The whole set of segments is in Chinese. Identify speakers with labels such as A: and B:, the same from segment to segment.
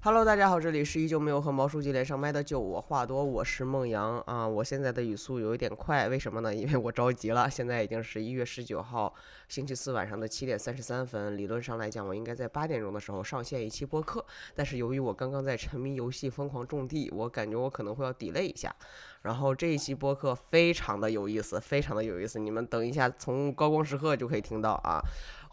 A: Hello，大家好，这里是依旧没有和毛书记连上麦的就我话多，我是孟阳啊。我现在的语速有一点快，为什么呢？因为我着急了。现在已经是一月十九号星期四晚上的七点三十三分，理论上来讲，我应该在八点钟的时候上线一期播客，但是由于我刚刚在沉迷游戏疯狂种地，我感觉我可能会要 delay 一下。然后这一期播客非常的有意思，非常的有意思，你们等一下从高光时刻就可以听到啊。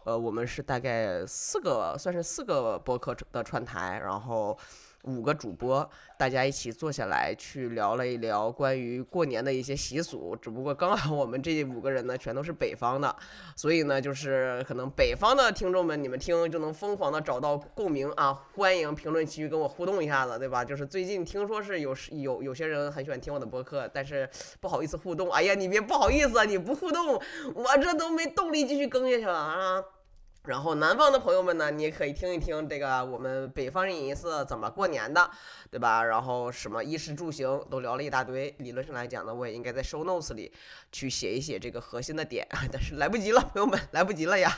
A: 呃，我们是大概四个，算是四个播客的串台，然后五个主播，大家一起坐下来去聊了一聊关于过年的一些习俗。只不过刚好我们这五个人呢，全都是北方的，所以呢，就是可能北方的听众们，你们听就能疯狂的找到共鸣啊！欢迎评论区跟我互动一下子，对吧？就是最近听说是有有有些人很喜欢听我的播客，但是不好意思互动。哎呀，你别不好意思啊，你不互动，我这都没动力继续更下去了啊！然后南方的朋友们呢，你也可以听一听这个我们北方人是怎么过年的，对吧？然后什么衣食住行都聊了一大堆。理论上来讲呢，我也应该在 show notes 里去写一写这个核心的点，啊但是来不及了，朋友们，来不及了呀。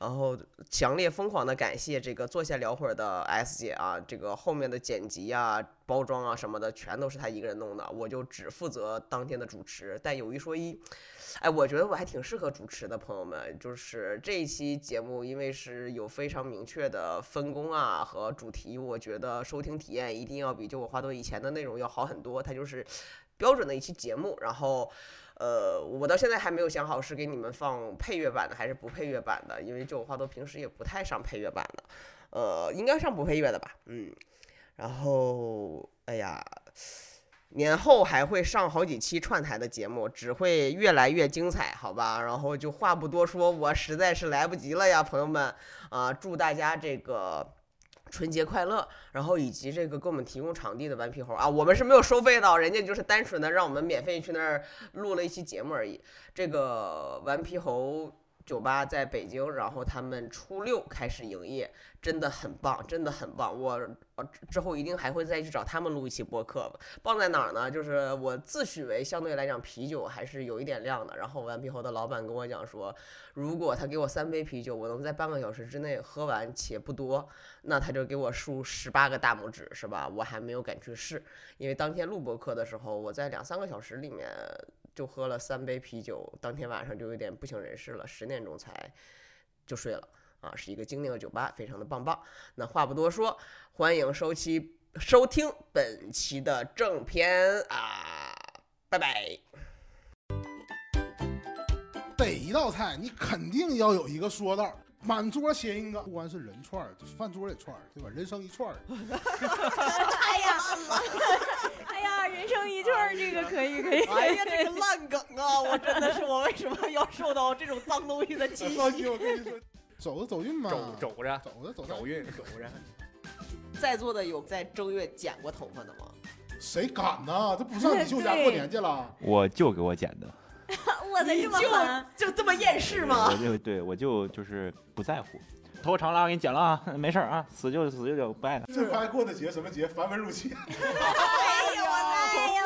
A: 然后强烈疯狂的感谢这个坐下聊会儿的 S 姐啊，这个后面的剪辑啊、包装啊什么的，全都是她一个人弄的，我就只负责当天的主持。但有一说一。哎，我觉得我还挺适合主持的，朋友们，就是这一期节目，因为是有非常明确的分工啊和主题，我觉得收听体验一定要比就我花多以前的内容要好很多，它就是标准的一期节目，然后。呃，我到现在还没有想好是给你们放配乐版的还是不配乐版的，因为就我话多平时也不太上配乐版的，呃，应该上不配乐的吧，嗯。然后，哎呀，年后还会上好几期串台的节目，只会越来越精彩，好吧？然后就话不多说，我实在是来不及了呀，朋友们啊、祝大家这个。春节快乐！然后以及这个给我们提供场地的顽皮猴啊，我们是没有收费的，人家就是单纯的让我们免费去那儿录了一期节目而已。这个顽皮猴酒吧在北京，然后他们初六开始营业，真的很棒，真的很棒。我呃之之后一定还会再去找他们录一期播客。棒在哪儿呢？就是我自诩为相对来讲啤酒还是有一点量的。然后顽皮猴的老板跟我讲说，如果他给我三杯啤酒，我能在半个小时之内喝完且不多，那他就给我竖十八个大拇指，是吧？我还没有敢去试，因为当天录播课的时候，我在两三个小时里面就喝了三杯啤酒，当天晚上就有点不省人事了，十点钟才就睡了啊，是一个精酿酒吧，非常的棒棒。那话不多说，欢迎收期收听本期的正片啊，拜拜。
B: 每一道菜你肯定要有一个说道，满桌衔一个，不光是人串儿，就是饭桌也串儿，对吧？人生一串儿，
C: 哎呀， 哎呀，人生一圈儿，这个可以可以。
A: 哎呀，这个烂梗啊！ 我真的是，我为什么要受到这种脏东西的 侵
B: 放
A: 袭？
B: 哎心，我跟你说，走着走
C: 嗯
B: 运嘛，
D: 肘
B: 走
D: 肘着
B: 走着走着
D: 肘，运肘着，
A: 在座的有在正月剪过头发的吗？
B: 谁敢呐？这不上你舅家过年去了？
E: 我舅给我剪的，
C: 哇塞，这么狠！
A: 就就这么厌世
E: 我
A: 吗？
E: 就对我舅就是不在乎，头发长了我给你剪了啊， 没事儿啊，死就死就了，不爱了。
B: 这还过的节什么节？繁文缛节，
C: 哎呀，哎呀，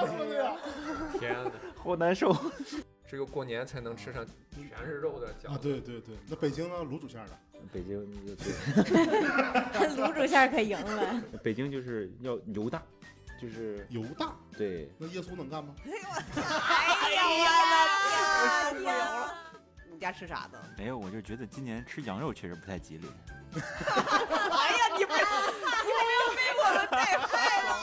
B: 他 说的呀，他说的呀，
D: 天呐，
E: 好难受。
D: 只有过年才能吃上全是肉的饺
B: 啊，
D: 子。
B: 对对对，那北京呢，卤煮馅儿的，
E: 北京
C: 卤煮馅儿可赢了。
E: 北京就是要油大，就是
B: 油大，
E: 对
B: 那耶稣能干吗？
C: 哎呀，
A: 呀
C: 我
A: 我的
C: 的
A: 天啊
C: 天！
A: 你家吃啥的？
E: 没有，我就觉得今年吃羊肉确实不太吉利。
A: 哎呀，你们你们又被我们带坏了。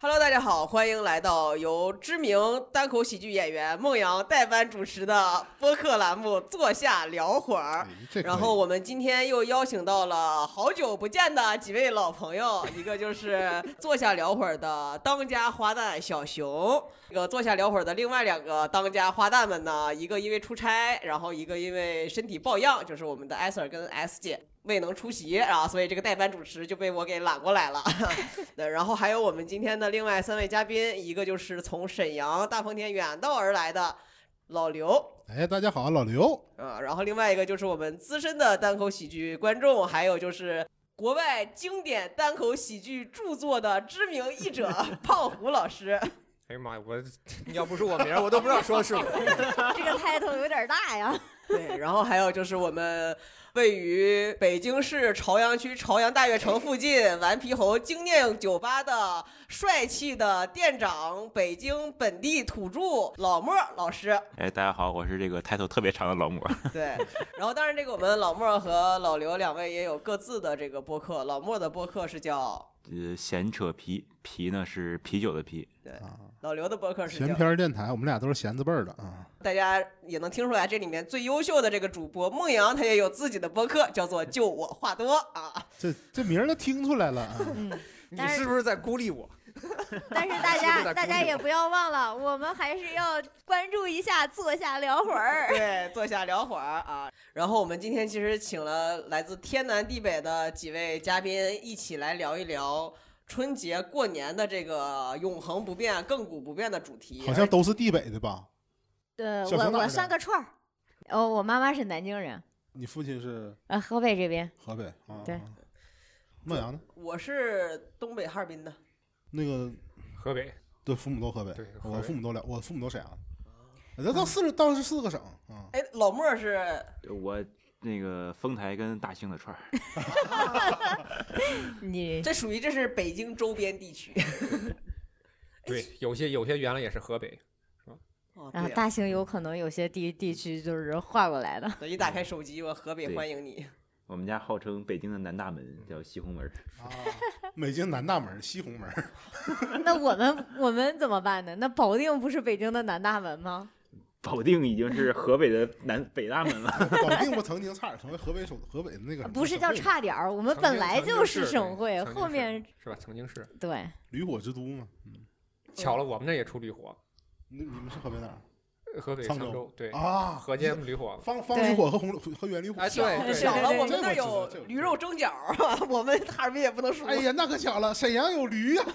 A: Hello，大家好，欢迎来到由知名单口喜剧演员孟阳代班主持的播客栏目《坐下聊会儿》。
B: 哎，这可以
A: 然后我们今天又邀请到了好久不见的几位老朋友， 一个就是坐下聊会儿的当家花旦小熊，这个坐下聊会儿的另外两个当家花旦们呢，一个因为出差，然后一个因为身体抱恙，就是我们的艾 Sir 跟 S 姐。未能出席啊，所以这个代班主持就被我给揽过来 了。对，然后还有我们今天的另外三位嘉宾，一个就是从沈阳大风天远道而来的老刘，
B: 哎，大家好，老刘，
A: 啊，然后另外一个就是我们资深的单口喜剧观众，还有就是国外经典单口喜剧著作的知名译者胖虎老师。
D: 哎呀妈呀，我 要不是我名儿，我 都不知道说是我。
C: 这个 title 有点大呀。，
A: 对，然后还有就是我们位于北京市朝阳区朝阳大悦城附近顽皮猴精酿酒吧的帅气的店长，北京本地土著老莫老师。
E: 哎，大家好，我是这个抬头特别长的老 莫。
A: 对，然后当然这个我们老莫和老刘两位也有各自的这个播客，老莫的播客是叫。
E: 呃，闲扯皮皮呢是啤酒的啤，
B: 啊，
A: 老刘的播客是
B: 闲
A: 叫，
B: 篇儿电台，我们俩都是闲字辈儿的啊。
A: 大家也能听出来，这里面最优秀的这个主播孟阳，他也有自己的播客，叫做“就我话多”啊。
B: 这这名儿都听出来了啊
C: 嗯，
D: 你
C: 但是
D: 是不是在孤立我？
C: 但是大
D: 是不是
C: 家
D: 在
C: 大
D: 鼓
C: 家
D: 励
C: 也
D: 我
C: 不要忘了，我们还是要关注一下，坐下聊会儿。
A: 对，坐下聊会儿啊。然后我们今天其实请了来自天南地北的几位嘉宾，一起来聊一聊春节过年的这个永恒不变、亘古不变的主题。哎
B: 好像都是地北的吧？
C: 对，
B: 小熊
C: 我
B: 哪儿
C: 我
B: 的
C: 算个串儿。哦，我妈妈是南京人，
B: 你父亲是
C: 呃，河北这边。
B: 河北啊？
C: 对。
B: 孟阳呢？
A: 我是东北哈尔滨的，
B: 那个
D: 河北
B: 对，父母都河北，
D: 对河
B: 我
D: 北
B: 父母都辽，我父母都沈阳。
C: 哦
B: 那到四到是四个省啊，
A: 哎，老莫是
E: 我那个丰台跟大兴的串儿，
C: 你
A: 这属于这是北京周边地区。
D: 对，有些有些原来也是河北，
A: 哦，对
C: 啊，
A: 呀
C: 大兴有可能有些地地区就是划过来的。
A: 对一打开手机，我河北
E: 对
A: 欢迎你。
E: 我们家号称北京的南大门，叫西红 门。
B: 啊，北京南大门、西红门，
C: 那我们我们怎么办呢？那保定不是北京的南大门吗？
E: 保定已经是河北的南北大门 了。
B: 保定不曾经差点成为河北首河北的那个什么
C: 啊不是
B: 省
C: 叫
B: 会吗
C: 差点儿，我
D: 我
C: 们本来就是省会，
D: 对曾经
C: 后
D: 是
C: 面
D: 是吧？曾经是，
C: 对
B: 驴火之都嘛？
D: 巧了，我们那也出驴火，
B: 你你们是河北哪儿
D: 河北
B: 沧
D: 沧
B: 州
D: 州，对，
B: 啊？
D: 河间 驴火，
B: 方方
C: 对
B: 驴火和红驴和圆驴火
D: 哎对对
A: 巧了，
C: 对对
A: 我们
B: 对
A: 那儿
B: 这个
A: 有
B: 我知道这个
A: 驴肉蒸饺，啊我们哈尔滨也不能输。
B: 哎呀，那可巧了，沈阳有驴啊呀、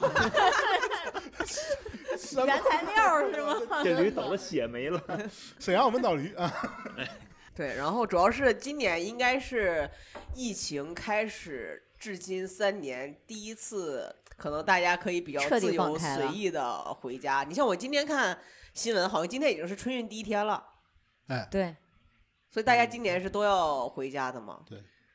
B: 什么
C: 原材料是吗？
E: 这驴走了血没了。
B: 沈阳有问倒驴啊，
A: 对，然后主要是今年应该是疫情开始至今三年第一次，可能大家可以比较
C: 彻底
A: 自由
C: 放开
A: 随
C: 了
A: 意的回家。你像我今天看新闻，好像今天已经是春运第一天了，
C: 对，
A: 所以大家
C: 嗯
A: 今年是都要回家的嘛？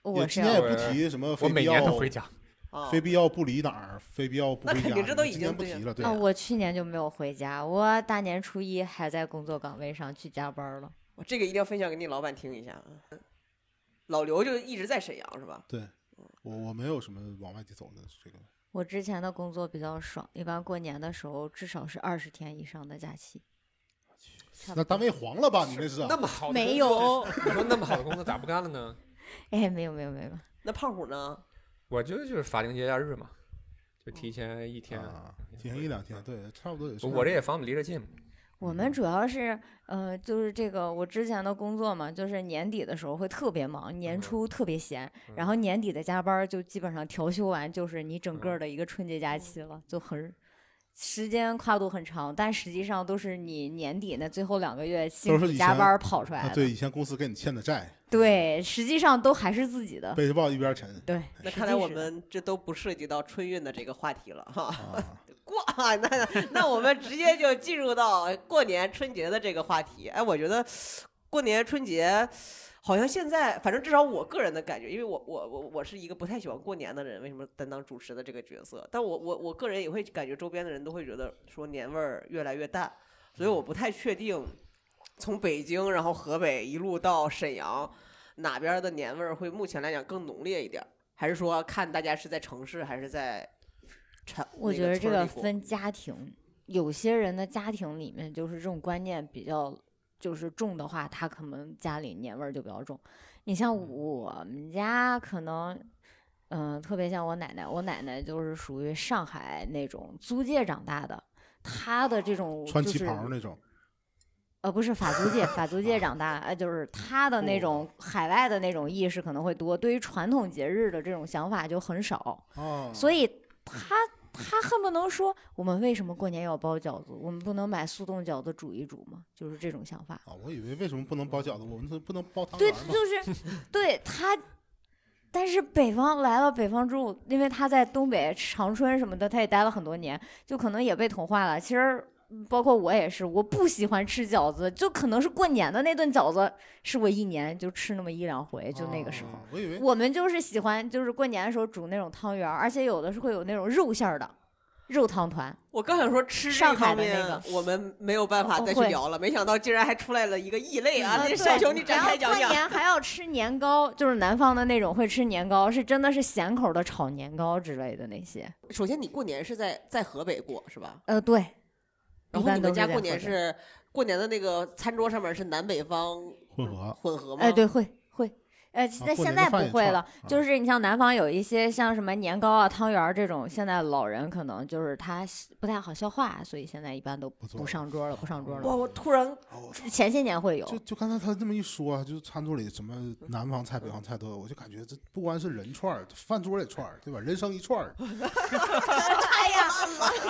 C: 我
B: 也
C: 是
B: 今
C: 啊
B: 天也
C: 要
B: 不提什么
D: 我
B: 非
D: 每
B: 必
D: 年
B: 要
D: 都回家，
A: 啊、
B: 非必要不离哪儿，非必要不回
A: 那
B: 家，
A: 肯定这都已
B: 今年
A: 经
B: 不
A: 对
B: 提了，对
C: 啊，我去年就没有回家，我大年初一还在工作岗位上去加班了。
A: 我这个一定要分享给你老板听一下啊。老刘就一直在沈阳是吧？
B: 对，我我没有什么往外地走的这个。
C: 我之前的工作比较爽，一般过年的时候至少是二十天以上的假期。差不
B: 那
C: 多
B: 单位黄了吧？你那是啊
D: 那么好的
C: 哦没
D: 工作，
C: 有？
D: 你说那么好的工作咋不干了呢？
C: 哎，没有没有没有，
A: 那胖虎呢？
D: 我觉得就是法定节假日嘛，就提前一天，
B: 啊，提前一两天，对，差不多也是。
D: 我这也房子离着近嘛，
C: 我们主要是呃，就是这个我之前的工作嘛，就是年底的时候会特别忙，年
D: 嗯
C: 初特别闲，
D: 嗯
C: 然后年底的加班儿就基本上调休完就是你整个
D: 嗯
C: 的一个春节假期了，就很。时间跨度很长，但实际上都是你年底那最后两个月辛
B: 都是
C: 苦
B: 以
C: 加
B: 前
C: 班儿跑出来
B: 啊
C: 的。，
B: 对，以前公司给你欠的债，
C: 对，实际上都还是自己的。
B: 背着抱一边沉
C: 对，
A: 那
C: 实
A: 看
C: 际
A: 来我
C: 是
A: 们这都不涉及到春运的这个话题了哈、
B: 啊。
A: 过 啊，那那我们直接就进入到过年春节的这个话题。哎，我觉得过年春节好像现在，反正至少我个人的感觉，因为我我我我是一个不太喜欢过年的人，为什么担当主持的这个角色？但我我我个人也会感觉周边的人都会觉得说年味儿越来越淡，所以我不太确定从北京，然后河北一路到沈阳，哪边儿的年味儿会目前来讲更浓烈一点儿，还是说看大家是在城市还是在城？
C: 我
A: 那
C: 觉得这
A: 村儿
C: 个
A: 里过
C: 分家庭，有些人的家庭里面就是这种观念比较就是重的话，他可能家里年味儿就比较重。你像
A: 嗯
C: 我们家可能。嗯，特别像我奶奶，我奶奶就是属于上海那种租界长大的，她的这种
B: 穿
C: 就
B: 旗
C: 是
B: 袍那种，
C: 呃，不是法租界， 法租界长大，呃，就是他的
A: 哦
C: 那种海外的那种意识可能会多，对于传统节日的这种想法就很少，
B: 啊，
C: 所以他他恨不能说，我们为什么过年要包饺子？我们不能买速冻饺子煮一煮吗？就是这种想法。
B: 啊，我以为为什么不能包饺子，我们不能包汤
C: 对，
B: 圆吗？
C: 就是对他，但是北方来了北方之后，因为他在东北长春什么的，他也待了很多年，就可能也被同化了。其实包括我也是，我不喜欢吃饺子，就可能是过年的那顿饺子，是我一年就吃那么一两回，就那个时候。
B: 啊我以为
C: 我们就是喜欢，就是过年的时候煮那种汤圆儿，而且有的是会有那种肉馅儿的肉汤团。
A: 我刚想说吃这
C: 上海
A: 方
C: 的
A: 面，
C: 那个哦
A: 我们没有办法再去
C: 会
A: 聊了。没想到竟然还出来了一个异类啊！
C: 嗯
A: 那
C: 对
A: 小熊，你展
C: 然后
A: 开讲
C: 过
A: 讲。
C: 年还要吃年糕，就是南方的那种会吃年糕，是真的是咸口的炒年糕之类的那些。
A: 首先，你过年是在在河北过是吧？
C: 呃，对。
A: 然后
C: 一般
A: 你
C: 都
A: 们家
C: 在
A: 过
C: 河
A: 年
C: 北
A: 是过年的那个餐桌上面是南北方
B: 混合
A: 混合吗？
C: 哎，对，会会。呃，那
B: 过
C: 现
B: 年的
C: 在
B: 饭
C: 不
B: 也
C: 会
B: 串
C: 了，
B: 啊
C: 就是你像南方有一些像什么年糕啊、汤圆儿这种，现在老人可能就是他不太好消化，所以现在一般都
B: 做
C: 不上桌了，嗯不上桌了。
A: 哇，我突然
B: 哦
C: 前些年会有，
B: 就就刚才他这么一说啊，就是餐桌里什么南方菜、北方菜都有，我就感觉这不光是人串儿，饭桌也串儿，对吧？人生一串儿，
C: 哎呀，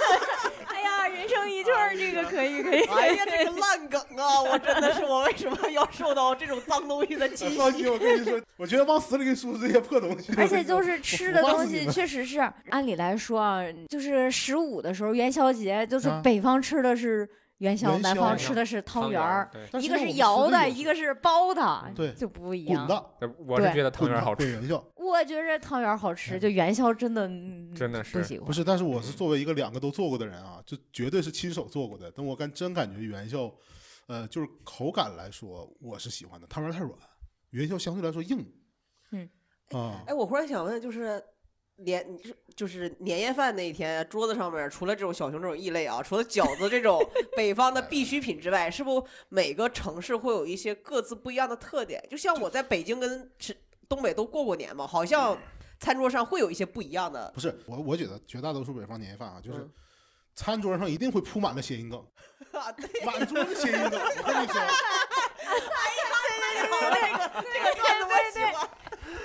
C: 哎呀，人生一串儿，这个可 以可以。
A: 哎呀，这个烂梗啊！我真的是，我为什么要受到这种脏东西的
B: 别
A: 侵
B: 着
A: 袭？
B: 急，我跟你说，我觉得往死里给输这些破东西。
C: 而且就是吃的
B: 哎我服
C: 东
B: 了你
C: 西，
B: 们
C: 确实是按理来说啊，就是十五的时候元宵节，就是
B: 啊
C: 北方吃的是元宵，
B: 元
C: 南
B: 宵
C: 方
B: 呀
C: 吃的是汤圆儿
D: 儿，，对，
B: 但
C: 一个
B: 现在
C: 是
B: 我
C: 摇
B: 们吃
C: 的，
B: 这
C: 一个是包的，
B: 对
C: 就不一
B: 个滚
C: 样。
B: 的，
D: 呃我是
C: 对
D: 觉得汤
B: 滚
D: 圆儿
B: 的
D: 好
B: 滚
D: 吃，
B: 元宵。
C: 我觉着汤圆儿好吃，
B: 嗯
C: 就元宵真的嗯
D: 真的
C: 不
D: 是
C: 喜欢。
B: 不 是，但是我是作为一个两个都做过的人啊，就绝对是亲手做过的。但我感真感觉元宵，呃，就是口感来说，我是喜欢的。汤圆太软，元宵相对来说硬。
C: 嗯，
B: 啊
A: 哎，，我忽然想问，就是年就是年夜饭那一天，桌子上面除了这种小熊这种异类啊，除了饺子这 种北方的必需品之外，是不是每个城市会有一些各自不一样的特点？就像我在北京跟吃东北都过过年嘛，好像餐桌上会有一些不一样 的。
B: 不是，我我觉得绝大多数北方年夜饭啊，就是
A: 嗯
B: 餐桌上一定会铺满了谐音梗，
A: 啊，对，
B: 满桌子谐音梗。我跟你说，
A: 这个 这个段子我喜欢。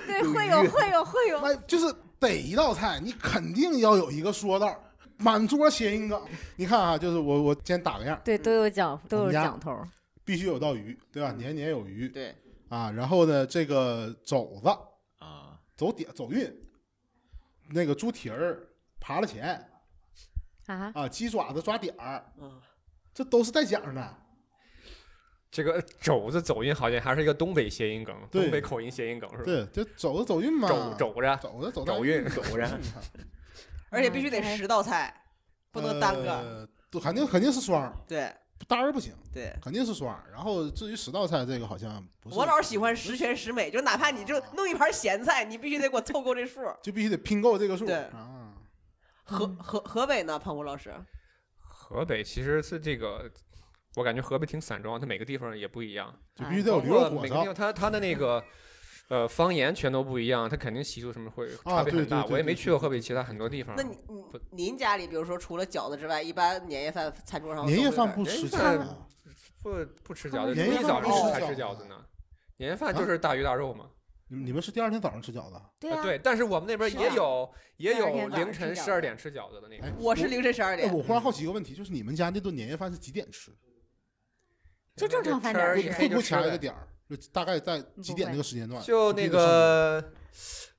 C: 对，
B: 有
C: 会
B: 愉
C: 有
B: 悦
C: 会有会有，
B: 那就是逮一道菜，你肯定要有一个说道，满桌谐音梗。你看啊，就是我我先打个样，
C: 对，都有讲都
B: 我
C: 有
B: 们家
C: 讲头儿。
B: 必须有道鱼，对吧？年年有余
A: 对，
B: 啊。然后呢，这个肘子。
E: 啊，
B: 走点走运，那个猪蹄儿扒拉钱
C: 啊，
B: 啊，鸡爪子抓点儿，
A: 嗯，
B: 这都是带奖的。
D: 这个 肘子走音好像还是一个东北谐音梗，
B: 对
D: 东北口音谐音梗是吧？
B: 对，就走着走运嘛，
C: 嗯
D: 肘肘着，
B: 走着走
D: 走
B: 运
D: 运
B: 走着 运，
A: 而且必须得
C: 嗯
A: 十道菜，不能单个。
B: 呃，都肯定肯定是双儿，
A: 对
B: 单儿不行，
A: 对。
B: 肯定是双儿。然后至于十道菜这个好像不是，
A: 我老是喜啊欢十全十美，就哪怕你就弄一盘咸菜，你必须得给我凑够这数。
B: 就必须得拼够这个数
A: 对
D: 哎
B: 啊。
A: 河河河北呢，胖虎老师，
D: 河北其实是这个，我感觉河北挺散装，它每个地方也不一样，
B: 就必须得有
D: 包
B: 驴肉
D: 括
B: 火
D: 每个地
B: 烧
D: 方，它它的那个。呃，方言全都不一样，它肯定习俗什么会
B: 啊
D: 差别
B: 对
D: 很大。
B: 对对
D: 我也
B: 对
D: 没
B: 对
D: 去过河北其他很多地方。
A: 那你你
D: 嗯不
A: 您家里，比如说除了饺子之外，一般年夜饭餐桌上
B: 年夜
A: 都会有
B: 饭不吃
D: 人
B: 饺
D: 家
B: 子，
D: 不不吃饺子，初
B: 年
D: 一
B: 夜饭
D: 早
B: 不
D: 上
B: 吃
D: 才
B: 饺
D: 吃
B: 子
D: 饺子呢。年
B: 啊
D: 夜饭就是大鱼大肉嘛。
B: 你们你们是第二天早上吃饺子？
C: 对
D: 呃
C: 啊，
D: 对，但是我们那边
C: 是啊
D: 也有也
C: 第二
D: 有
C: 天早上
D: 凌晨
C: 吃饺
D: 十二点吃饺子的那个
B: 哎，，
A: 我是凌晨十二
B: 哎
A: 点，
B: 我忽然好奇一个问题，就是你们家那顿年夜饭是几点吃？
C: 就正常饭
D: 吃
C: 点儿
D: 而
C: 是
D: 已
B: 会
D: 黑
B: 会不
D: 就
B: 会
D: 吃
B: 掐一个
D: 呗
B: 点儿？就大概在几点
C: 不会
B: 那个时间段？
D: 啊就
B: 必
D: 那
B: 须得
D: 个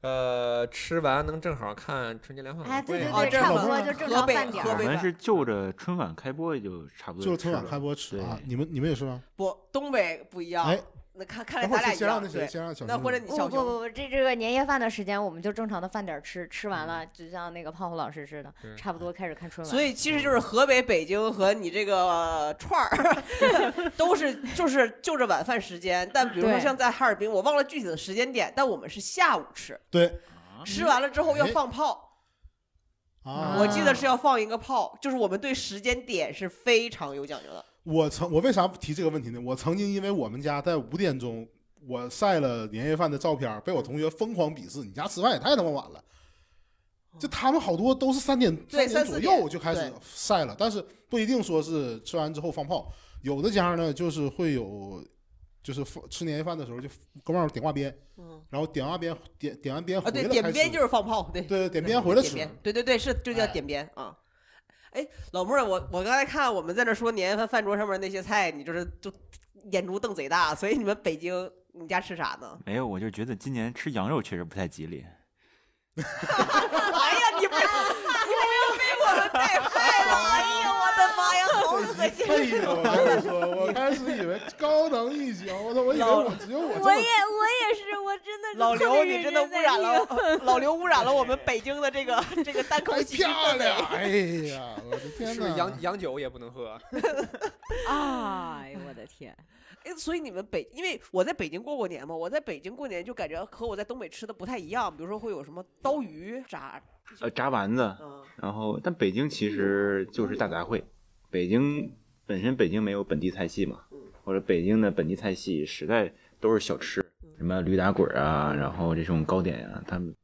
D: 呃，吃完能正好看春节联欢晚会。
C: 哎，对对
A: 哦
C: 对，
A: 这
C: 差
A: 样
C: 不
A: 吧
C: 多就正
A: 河
C: 常
A: 北
C: 饭点
A: 河
E: 我
C: 儿。
A: 北
E: 们
A: 吧
E: 是就着春晚开播就差不多
B: 就是春晚
E: 吃了
B: 开播吃
E: 对
B: 啊，你们你们也是吗？
A: 不东北不一样。
B: 哎，
A: 那看看来
B: 等会
A: 咱
B: 儿
A: 俩一
B: 先先
A: 样
B: 让那谁，
A: 对。
B: 先让小
A: 那
B: 熊
A: 或者
B: 说
A: 你
C: 不
A: 小
C: 不不
A: 熊，
C: 不，这这个年夜饭的时间，我们就正常的饭点儿吃，吃完了就像那个胖虎老师似的，
D: 对
C: 差不多开始看春晚。
A: 所以其实就是河北、北京和你这个呃串儿 都是就是就着晚饭时间，但比如说
C: 对
A: 像在哈尔滨，我忘了具体的时间点，但我们是下午吃，
B: 对
C: 嗯
E: 啊
A: 吃完了之后要
B: 哎
A: 放炮。
B: 啊，
A: 我记得是要放一个炮，就是我们对时间点是非常有讲究的。
B: 我曾我为啥提这个问题呢？我曾经因为我们家在五点钟，我晒了年夜饭的照片，被我同学疯狂鄙视。你家吃饭也太他妈晚了，就他们好多都是三点
A: 对
B: 点
A: 三
B: 左
A: 四
B: 右
A: 点
B: 就开始
A: 对
B: 晒了，但是不一定说是吃完之后放炮，有的家呢就是会有。就是放吃年夜饭的时候，就搁外面点挂鞭，
A: 嗯，
B: 然后点完鞭点点完鞭
A: 啊，
B: 回来
A: 对，
B: 开
A: 点鞭
B: 始
A: 就是放炮，对，
B: 对点鞭回来
A: 点
B: 吃，
A: 鞭，对对对，是就叫
B: 哎
A: 点鞭啊。哎，老妹儿，我我刚才看我们在那说年夜饭饭桌上面那些菜，你就是就眼珠瞪贼大，所以你们北京你家吃啥呢？
E: 没有，我就觉得今年吃羊肉确实不太吉利。
A: 哎呀，你不要，你不要被我们太嗨了！哎呀，我的妈呀，好恶
B: 这一
A: 心！
B: 配呀！我跟你说，我开始以为高能一宿，我操！我以为我只有我这
C: 我也我
B: 么
C: 也是，我真的是
A: 老
C: 特别
A: 刘，
C: 认
A: 你 真的
C: 真在
A: 污染了
C: 听，
A: 老刘污染了我们北京的这个这个单口
B: 太
A: 喜剧
B: 漂
A: 氛围
B: 亮！。哎呀，我的天
D: 是不是
B: 哪！
D: 洋洋酒也不能喝？哦
C: 哎呦我的天，
A: 哎，所以你们北，因为我在北京过过年嘛，我在北京过年就感觉和我在东北吃的不太一样，比如说会有什么刀鱼炸，
E: 呃，炸丸子，
A: 嗯，
E: 然后但北京其实就是大杂烩，北京本身北京没有本地菜系嘛
A: 嗯，
E: 或者北京的本地菜系实在都是小吃，
B: 嗯
E: 什么驴打滚儿啊，然后这种糕点啊，他们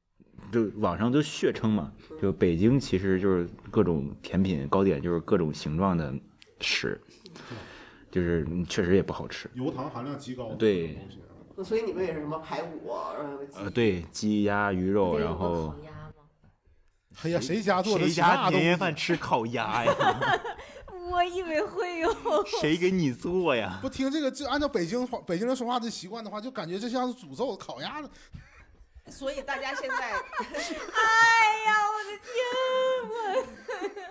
E: 就网上就血称嘛，
B: 嗯
E: 就北京其实就是各种甜品糕点，就是各种形状的食，就是嗯确实也不好吃。
B: 油糖含量极高，
E: 对
B: 东西啊
A: 所以你们也是什么排骨，嗯
E: 呃，对，鸡鸭鱼肉，
C: 对
E: 然
C: 有 个
E: 后
C: 烤鸭吗？
B: 哎呀，谁家做的
E: 谁
B: 其他
E: 家
B: 东
E: 年
B: 西
E: 夜饭吃烤鸭呀？
C: 我以为会有，
E: 谁给你 做呀？
B: 不听这个，就按照北京话北京人说话这习惯的话，就感觉这像是诅咒。烤鸭子，
A: 所以大家现 在，
C: 哎呀我的天，我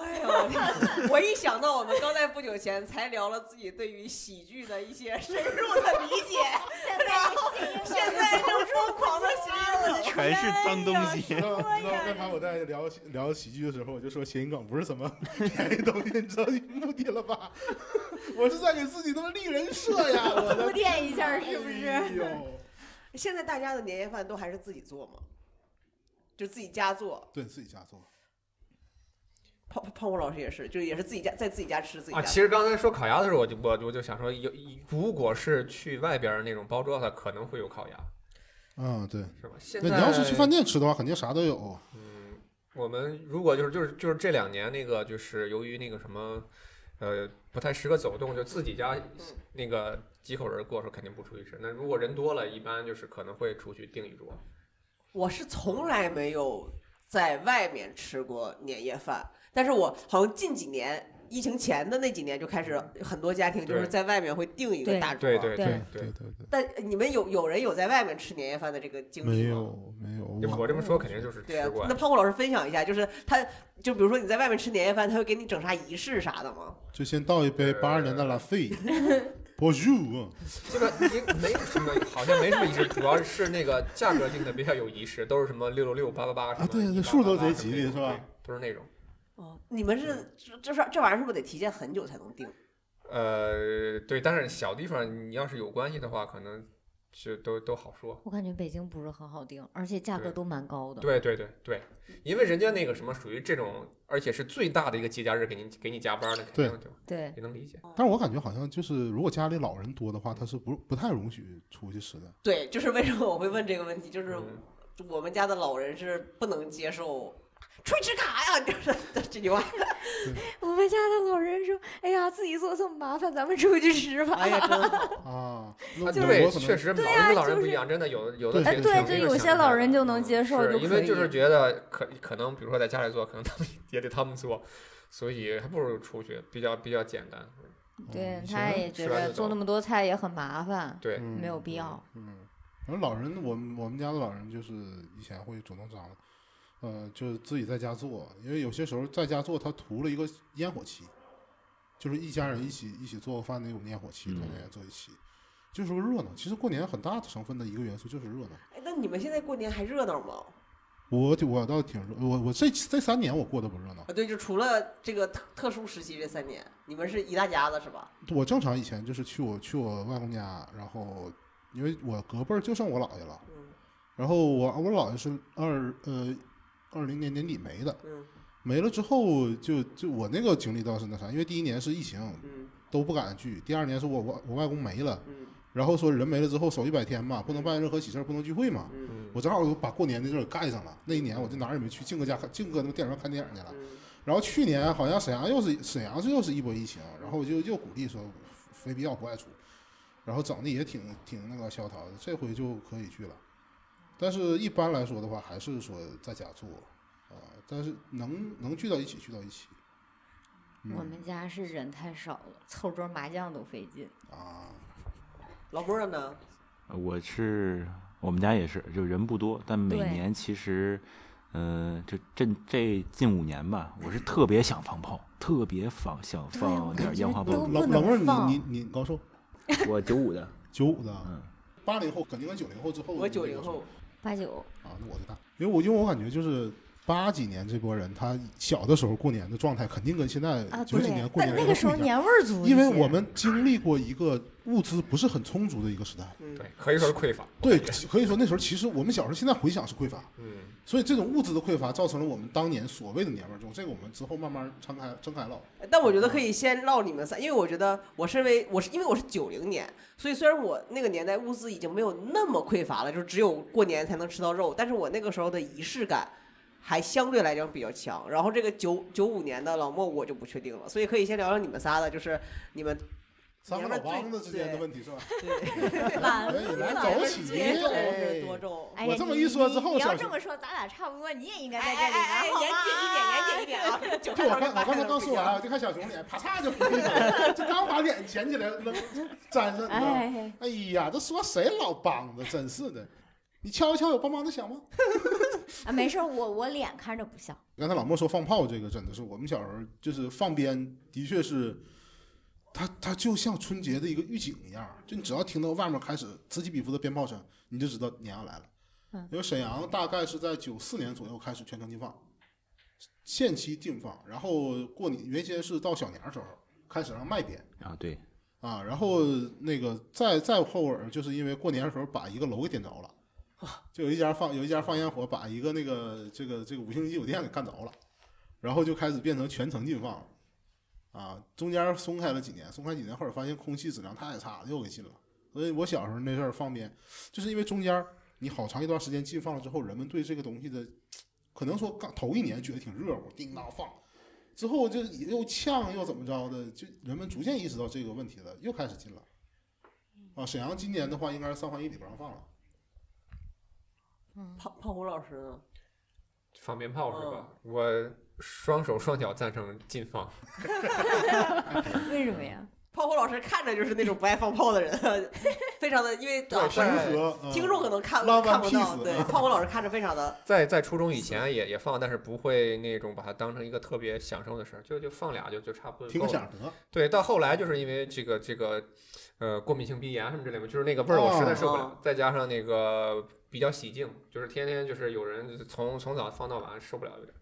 A: 哎呦，我天 我一想到我们刚才不久前才聊了自己对于喜剧的一些深入的理 解，然后 现在就疯狂的 形容。
E: 全是脏东西
B: 你知。 道你知道刚才我在聊聊喜剧的时候，我就说谐音梗不是什么 便宜东西，你知道你目的了吧？ 我是在给自己他妈立人设 呀！我的
C: 铺垫一下是不
B: 哎
C: 是？
B: 呦，
A: 现在大家的年夜饭都还是自己做吗？就自己家做，
B: 对自己家做，
A: 胖胖虎老师也是，就也是自己家在自己家吃自己家
D: 啊，
A: 做。
D: 其实刚才说烤鸭的时候，我就我我就想说，有如果是去外边儿那种包桌子，可能会有烤鸭，
B: 嗯，对。
D: 是吧？现
B: 对，
D: 在
B: 你要是去饭店吃的话，肯定啥都有。
D: 嗯，我们如果就是就是就是这两年那个就是由于那个什么，呃，不太适合走动，就自己家那个几口人过时候肯定不出去吃。那如果人多了，一般就是可能会出去订一桌。
A: 我是从来没有在外面吃过年夜饭，但是我好像近几年疫情前的那几年就开始，很多家庭就是
D: 对
A: 在外面会订一个
C: 对
A: 大桌。
D: 对对
C: 对
D: 对。
B: 对对，
A: 但你们有有人有在外面吃年夜饭的这个经历吗？
B: 没有没有，
D: 就我这么说，肯定就是
A: 对啊
D: 吃过，
A: 那
D: 呀。
A: 胖虎老师分享一下，就是他，就比如说你在外面吃年夜饭，他会给你整啥仪式啥的吗？
B: 就先倒一杯八二年的拉菲，Bonjour，
D: 这个也没什么，好像没什么仪式，主要是那个价格定的比较有仪式，都是什么六六六八八八什么
B: 啊对对
D: 188
B: 数都贼
D: 什么
B: 吉
D: 那
B: 利
D: 种
B: 是吧？
D: 对都是那种。
A: 哦，你们是这这这玩意儿是不是得提前很久才能订？
D: 呃，对，但是小地方你要是有关系的话，可能就都都好说。
C: 我感觉北京不是很好定，而且价格
D: 对
C: 都蛮高的。
D: 对对对对，因为人家那个什么属于这种，而且是最大的一个节假日，给您给你加班儿的，肯
B: 对
D: 定就
C: 对，
D: 也能理解。
B: 但是我感觉好像就是，如果家里老人多的话，他是不不太容许出去吃的。
A: 对，就是为什么我会问这个问题，就是
D: 嗯
A: 我们家的老人是不能接受吹纸卡呀， 就是这句话。
C: 我们家的老人说：“哎呀，自己做这么麻烦，咱们出去吃吧。
A: 哎呀，真 好！
B: 啊，
D: 啊，
B: 那
D: 对，
B: 我可能
D: 确实老
C: 对
D: 人
C: 啊
D: 跟老人
C: 就
D: 不一
C: 是呃
D: 样，真的有的有的
B: 对
D: 挺
B: 对
D: 挺
C: 对
D: 这个
C: 有
D: 想
C: 些
D: 法
C: 老
D: 的嗯
C: 人就能接受
D: 是
C: 就
D: 因
C: 可
D: 为就
C: 以
D: 是觉得可可能比如说在家里做，可能他们 也得他们做，所以还不如出去比较比较简单。
C: 对
B: 嗯，
C: 他
B: 行
C: 也觉
D: 吃完
C: 得
D: 就
C: 做
D: 走
C: 那么多菜也很麻烦，
D: 对，
B: 嗯
C: 没有必要。
B: 嗯，然后老人，我们我们家的老人就是以前会主动张罗，呃，就是自己在家做，因为有些时候在家做，他图了一个烟火气，就是一家人一起一起做个饭的那种烟火气，
E: 嗯
B: 团年做一起，就是个热闹。其实过年很大成分的一个元素就是热闹。
A: 哎，那你们现在过年还热闹吗？
B: 我我倒挺热，我我这这三年我过得不热闹，
A: 啊，对，就除了这个特特殊时期这三年，你们是一大家子是吧？
B: 我正常以前就是去我去我外公家，然后因为我隔辈儿就剩我姥爷了，
A: 嗯
B: 然后我我姥爷是二呃二零年年底没的，
A: 嗯
B: 没了之后就就我那个经历倒是那啥，因为第一年是疫情
A: 嗯
B: 都不敢聚，第二年是我我我外公没了，
A: 嗯
B: 然后说人没了之后守一百天嘛，不能办任何喜事儿，不能聚会嘛，
A: 嗯
D: 嗯，
B: 我正好我就把过年的事儿盖上了，那一年我就哪儿也没去，净搁家看净搁那电影院看电影去了。
A: 嗯，
B: 然后去年好像沈阳又是沈阳是又是一波疫情，然后我就又鼓励说非必要不外出，然后整的也挺挺那个萧条的，这回就可以去了。但是一般来说的话，还是说在家做啊、但是能能聚到一起聚到一起。嗯、
C: 我们家是人太少了，凑桌麻将都费劲。
B: 啊，
A: 老莫儿呢？
E: 我是我们家也是，就人不多，但每
C: 对
E: 年其实，嗯、就这这近五年吧，我是特别想放炮，特别放想
C: 对我
E: 放
C: 感
E: 点
C: 觉
E: 烟花
C: 都
E: 爆
C: 不
E: 竹。
B: 老
C: 能
B: 老妹儿，
C: 放
B: 你你你高寿？
E: 我九五的，
B: 九五的啊，
E: 嗯
B: 八零后肯定跟九零后之后。
A: 我九零后，
C: 八九，
B: 啊，那我就大，因为我因为我感觉就是八几年这波人，他小的时候过年的状态肯定跟现在
C: 啊
B: 九几
C: 对
B: 年过
C: 但
B: 年
C: 那
B: 的
C: 个
B: 不
C: 时候
B: 一样
C: 年味儿足一些，
B: 因为我们经历过一个物资不是很充足的一个时代，
A: 嗯
D: 对，可以说是匮乏。
B: 对，可以说那时候其实我们小时候现在回想是匮乏，
D: 嗯，
B: 所以这种物资的匮乏造成了我们当年所谓的年味儿重，这个我们之后慢慢撑开撑开唠。
A: 但我觉得可以先唠你们仨，因为我觉得我身为我是因为我是九零年，所以虽然我那个年代物资已经没有那么匮乏了，就是只有过年才能吃到肉，但是我那个时候的仪式感还相对来讲比较强。然后这个九九五年的老莫我就不确定了，所以可以先聊聊你们仨的，就是你们
B: 三个
A: 娘们
B: 老
A: 儿最
B: 梆子之间的问题 是吧？
A: 对
C: 晚
B: 哎你来
C: 了
B: 早起，
A: 最重是多
B: 哎
A: 重。
C: 哎
B: 我
C: 呀
B: 这么
C: 你
B: 一说
C: 你
B: 之后
C: 你要
B: 想
C: 这
B: 起
C: 么说，咱俩差不多，你也应该
A: 哎
C: 在这
A: 哎哎，
C: 里边，好
A: 严
C: 吗
A: 谨一点，严 谨一点啊！九
B: 对，我 刚我
A: 八
B: 刚才刚说完啊，我就看小熊脸，啪嚓就回去了，就刚把脸捡起来扔粘上，你知道吗？
C: 哎，
B: 哎呀，这说谁老梆子，真是的！你敲一敲有梆梆的响吗？
C: 啊，没事儿，我我脸看着不像，
B: 刚才老莫说放炮，这个真的是我们小时候就是放鞭，的确是，它它就像春节的一个预警一样，就你只要听到外面开始此起彼伏的鞭炮声，你就知道年要来了。
C: 嗯
B: 因为沈阳大概是在九四年左右开始全城禁放，限期禁放，然后过年原先是到小年儿时候开始让卖鞭
E: 啊，对，
B: 啊，然后那个再再后尾儿就是因为过年的时候把一个楼给点着了。就有一家放有一家放烟火，把一个那个这个这个五星级酒店给干着了，然后就开始变成全城禁放，啊，中间松开了几年，松开几年后发现空气质量太差了，又给禁了。所以我小时候那阵儿放鞭，就是因为中间你好长一段时间禁放了之后，人们对这个东西的，可能说刚头一年觉得挺热乎，叮当放，之后就又呛又怎么着的，就人们逐渐意识到这个问题了，又开始禁了。啊，沈阳今年的话应该是三环以里不让放了。
C: 嗯
A: 胖胖虎老师呢？
D: 放鞭炮是吧？
C: 嗯
D: 我双手双脚赞成禁放。
C: 为什么呀？
A: 炮火老师看着就是那种不爱放炮的人， 非常的，因为啊
D: 是在
B: 平和，嗯
A: 听众可能看
B: Love and
A: 看不到，
B: peace 嗯
A: 对，炮火老师看着非常的，
D: 在在初中以前也也放，但是不会那种把它当成一个特别享受的事儿，就就放俩就就差不多
B: 听
D: 够
B: 个
D: 了。
B: 响得。
D: 对，到后来就是因为这个这个，呃，过敏性鼻炎什么之类的，就是那个味儿我实在受不了，
A: 哦
D: 再加上那个比较喜静，就是天天就是有人从从早放到晚，受不了有点儿。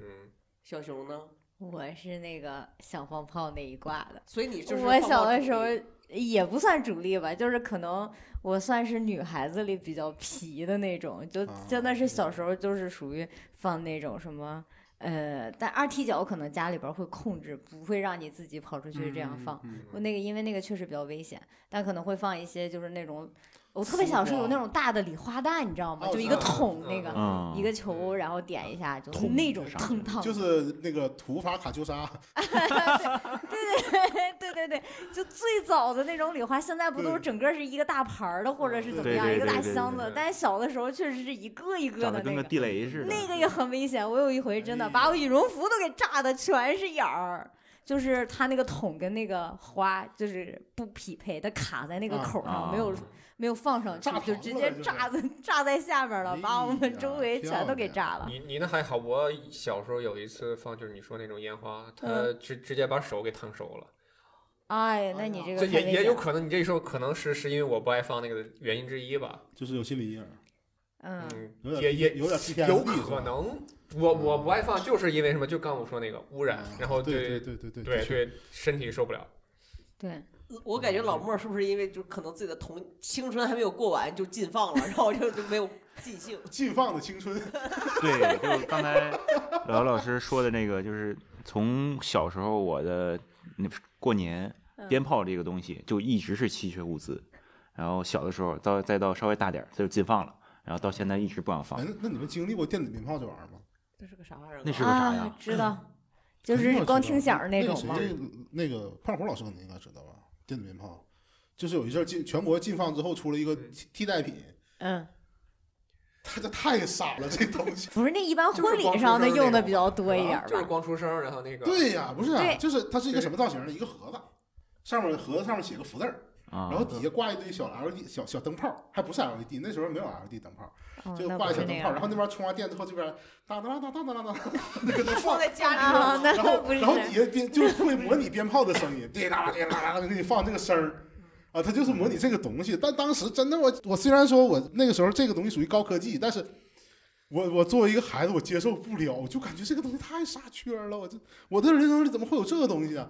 D: 嗯，
A: 小熊呢？
C: 我是那个想放炮那一挂的。
A: 所以你就是
C: 我
A: 放
C: 小
A: 炮
C: 的
A: 主
C: 时候
A: 义
C: 也不算主力吧，就是可能我算是女孩子里比较皮的那种，就
B: 啊
C: 真的是小时候就是属于放那种什么。呃，但二踢脚可能家里边会控制，不会让你自己跑出去这样放。
B: 嗯。嗯
C: 我那个因为那个确实比较危险，但可能会放一些就是那种，我特别
B: 丝
C: 小时候有
B: 瓜
C: 那种大的礼花弹，你知道吗？
B: 哦
C: 就
B: 我
C: 一
B: 知
C: 个
B: 道
C: 桶
D: 嗯
C: 那
B: 啊
C: 个，
E: 嗯，
C: 一个球，然后点一下，就
E: 桶
C: 那种
E: 啥
C: 腾
D: 嗯
C: 烫。
B: 就是那个土法卡秋莎，
C: 对对对，就最早的那种礼花，现在不都是
B: 对
C: 整个是一个大盘儿的，或者是怎么
E: 对
C: 样，
E: 对
C: 一个大
E: 对对
C: 箱
D: 对
C: 子
D: 对。
C: 但是小的时候确实是一个一个
E: 长
C: 的
E: 得跟
C: 那
E: 个
C: 个，
E: 地雷似的。
C: 那个也很危险。我有一回真的
B: 哎
C: 把我羽绒服都给炸的全是眼儿。就是它那个桶跟那个花就是不匹配，它卡在那个
B: 啊
C: 口上，
E: 啊
C: 没有没有放上去
B: 炸，
C: 就
B: 膛
C: 直
B: 了
C: 接
B: 就是
C: 炸在炸在下面了，把我
B: 哎
C: 们
B: 呀
C: 周围全都给
B: 漂
C: 炸了。
D: 你你那还好，我小时候有一次放就是你说那种烟花，它
C: 嗯
D: 直直接把手给烫熟了。
C: 哎，那你这个
D: 这
C: 太
D: 也
C: 危
D: 也
C: 险
D: 有
C: 了
D: 可能，你这时候可能是是因为我不爱放那个的原因之一吧。
B: 就是有心理阴影，
C: 嗯，
D: 嗯，
B: 有点
D: 也也
B: 有点 PTSD，
D: 有
B: 是吧
D: 可能。我我不爱放，就是因为什么？就刚我说那个污染
B: 啊，
D: 然后
B: 对
D: 对
B: 对对对
D: 对
B: 的确
D: 对身体受不了。
C: 对，
A: 我感觉老莫是不是因为就可能自己的童青春还没有过完就禁放了，然后就就没有尽兴。
B: 禁放的青春，
E: 对，就刚才老老师说的那个，就是从小时候我的那过年
C: 嗯
E: 鞭炮这个东西就一直是稀缺物资，然后小的时候到再到稍微大点儿，它就禁放了，然后到现在一直不想放
B: 哎。，那那你们经历过电子鞭炮这玩意儿吗？
A: 这是个啥玩意儿啊？
E: 那是个啥
C: 啊
E: 呀，？
C: 知道，就
B: 肯定要
C: 是
B: 知
C: 光
B: 道
C: 听响儿
B: 那
C: 种
B: 个
C: 吗？
B: 谁那个胖虎老师你应该知道吧？电子鞭炮，就是有一阵儿禁全国禁放之后出了一个
D: 嗯
B: 替替代品，
C: 嗯，
B: 它这太傻了，这东西。
C: 不是那一般
D: 就是
C: 婚礼
D: 光出
C: 上的
D: 声儿
C: 用
D: 那
C: 的
D: 种
C: 比较多一
B: 啊
C: 点儿
D: 就是
C: 吧。
D: 光出声儿，然后那个
B: 对呀，不是啊，
C: 对
B: 就是它是一个什么造型的？一个盒子，上面盒子上面写个福字儿，
E: 啊
B: 然后底下挂一堆小 LED 小小灯泡，还不是 LED，那时候没有 LED 灯泡，
C: 哦
B: 就
C: 那
B: 挂
C: 不
B: 一小
C: 是那
B: 灯泡，
C: 样
B: 然后那边充完电之后，这边哒哒哒哒哒哒哒，那 个灯放
A: 放在家里
C: 啊，
A: 头，
C: 那
B: 然后
C: 不是
B: 然后底下鞭就是会模拟鞭炮的声音，滴答滴答答的给你放这个声儿。啊，它就是模拟这个东西，但当时真的我，我虽然说我那个时候这个东西属于高科技，但是我我作为一个孩子，我接受不了，我就感觉这个东西太杀圈儿了，我这我的人生里怎么会有这个东西啊？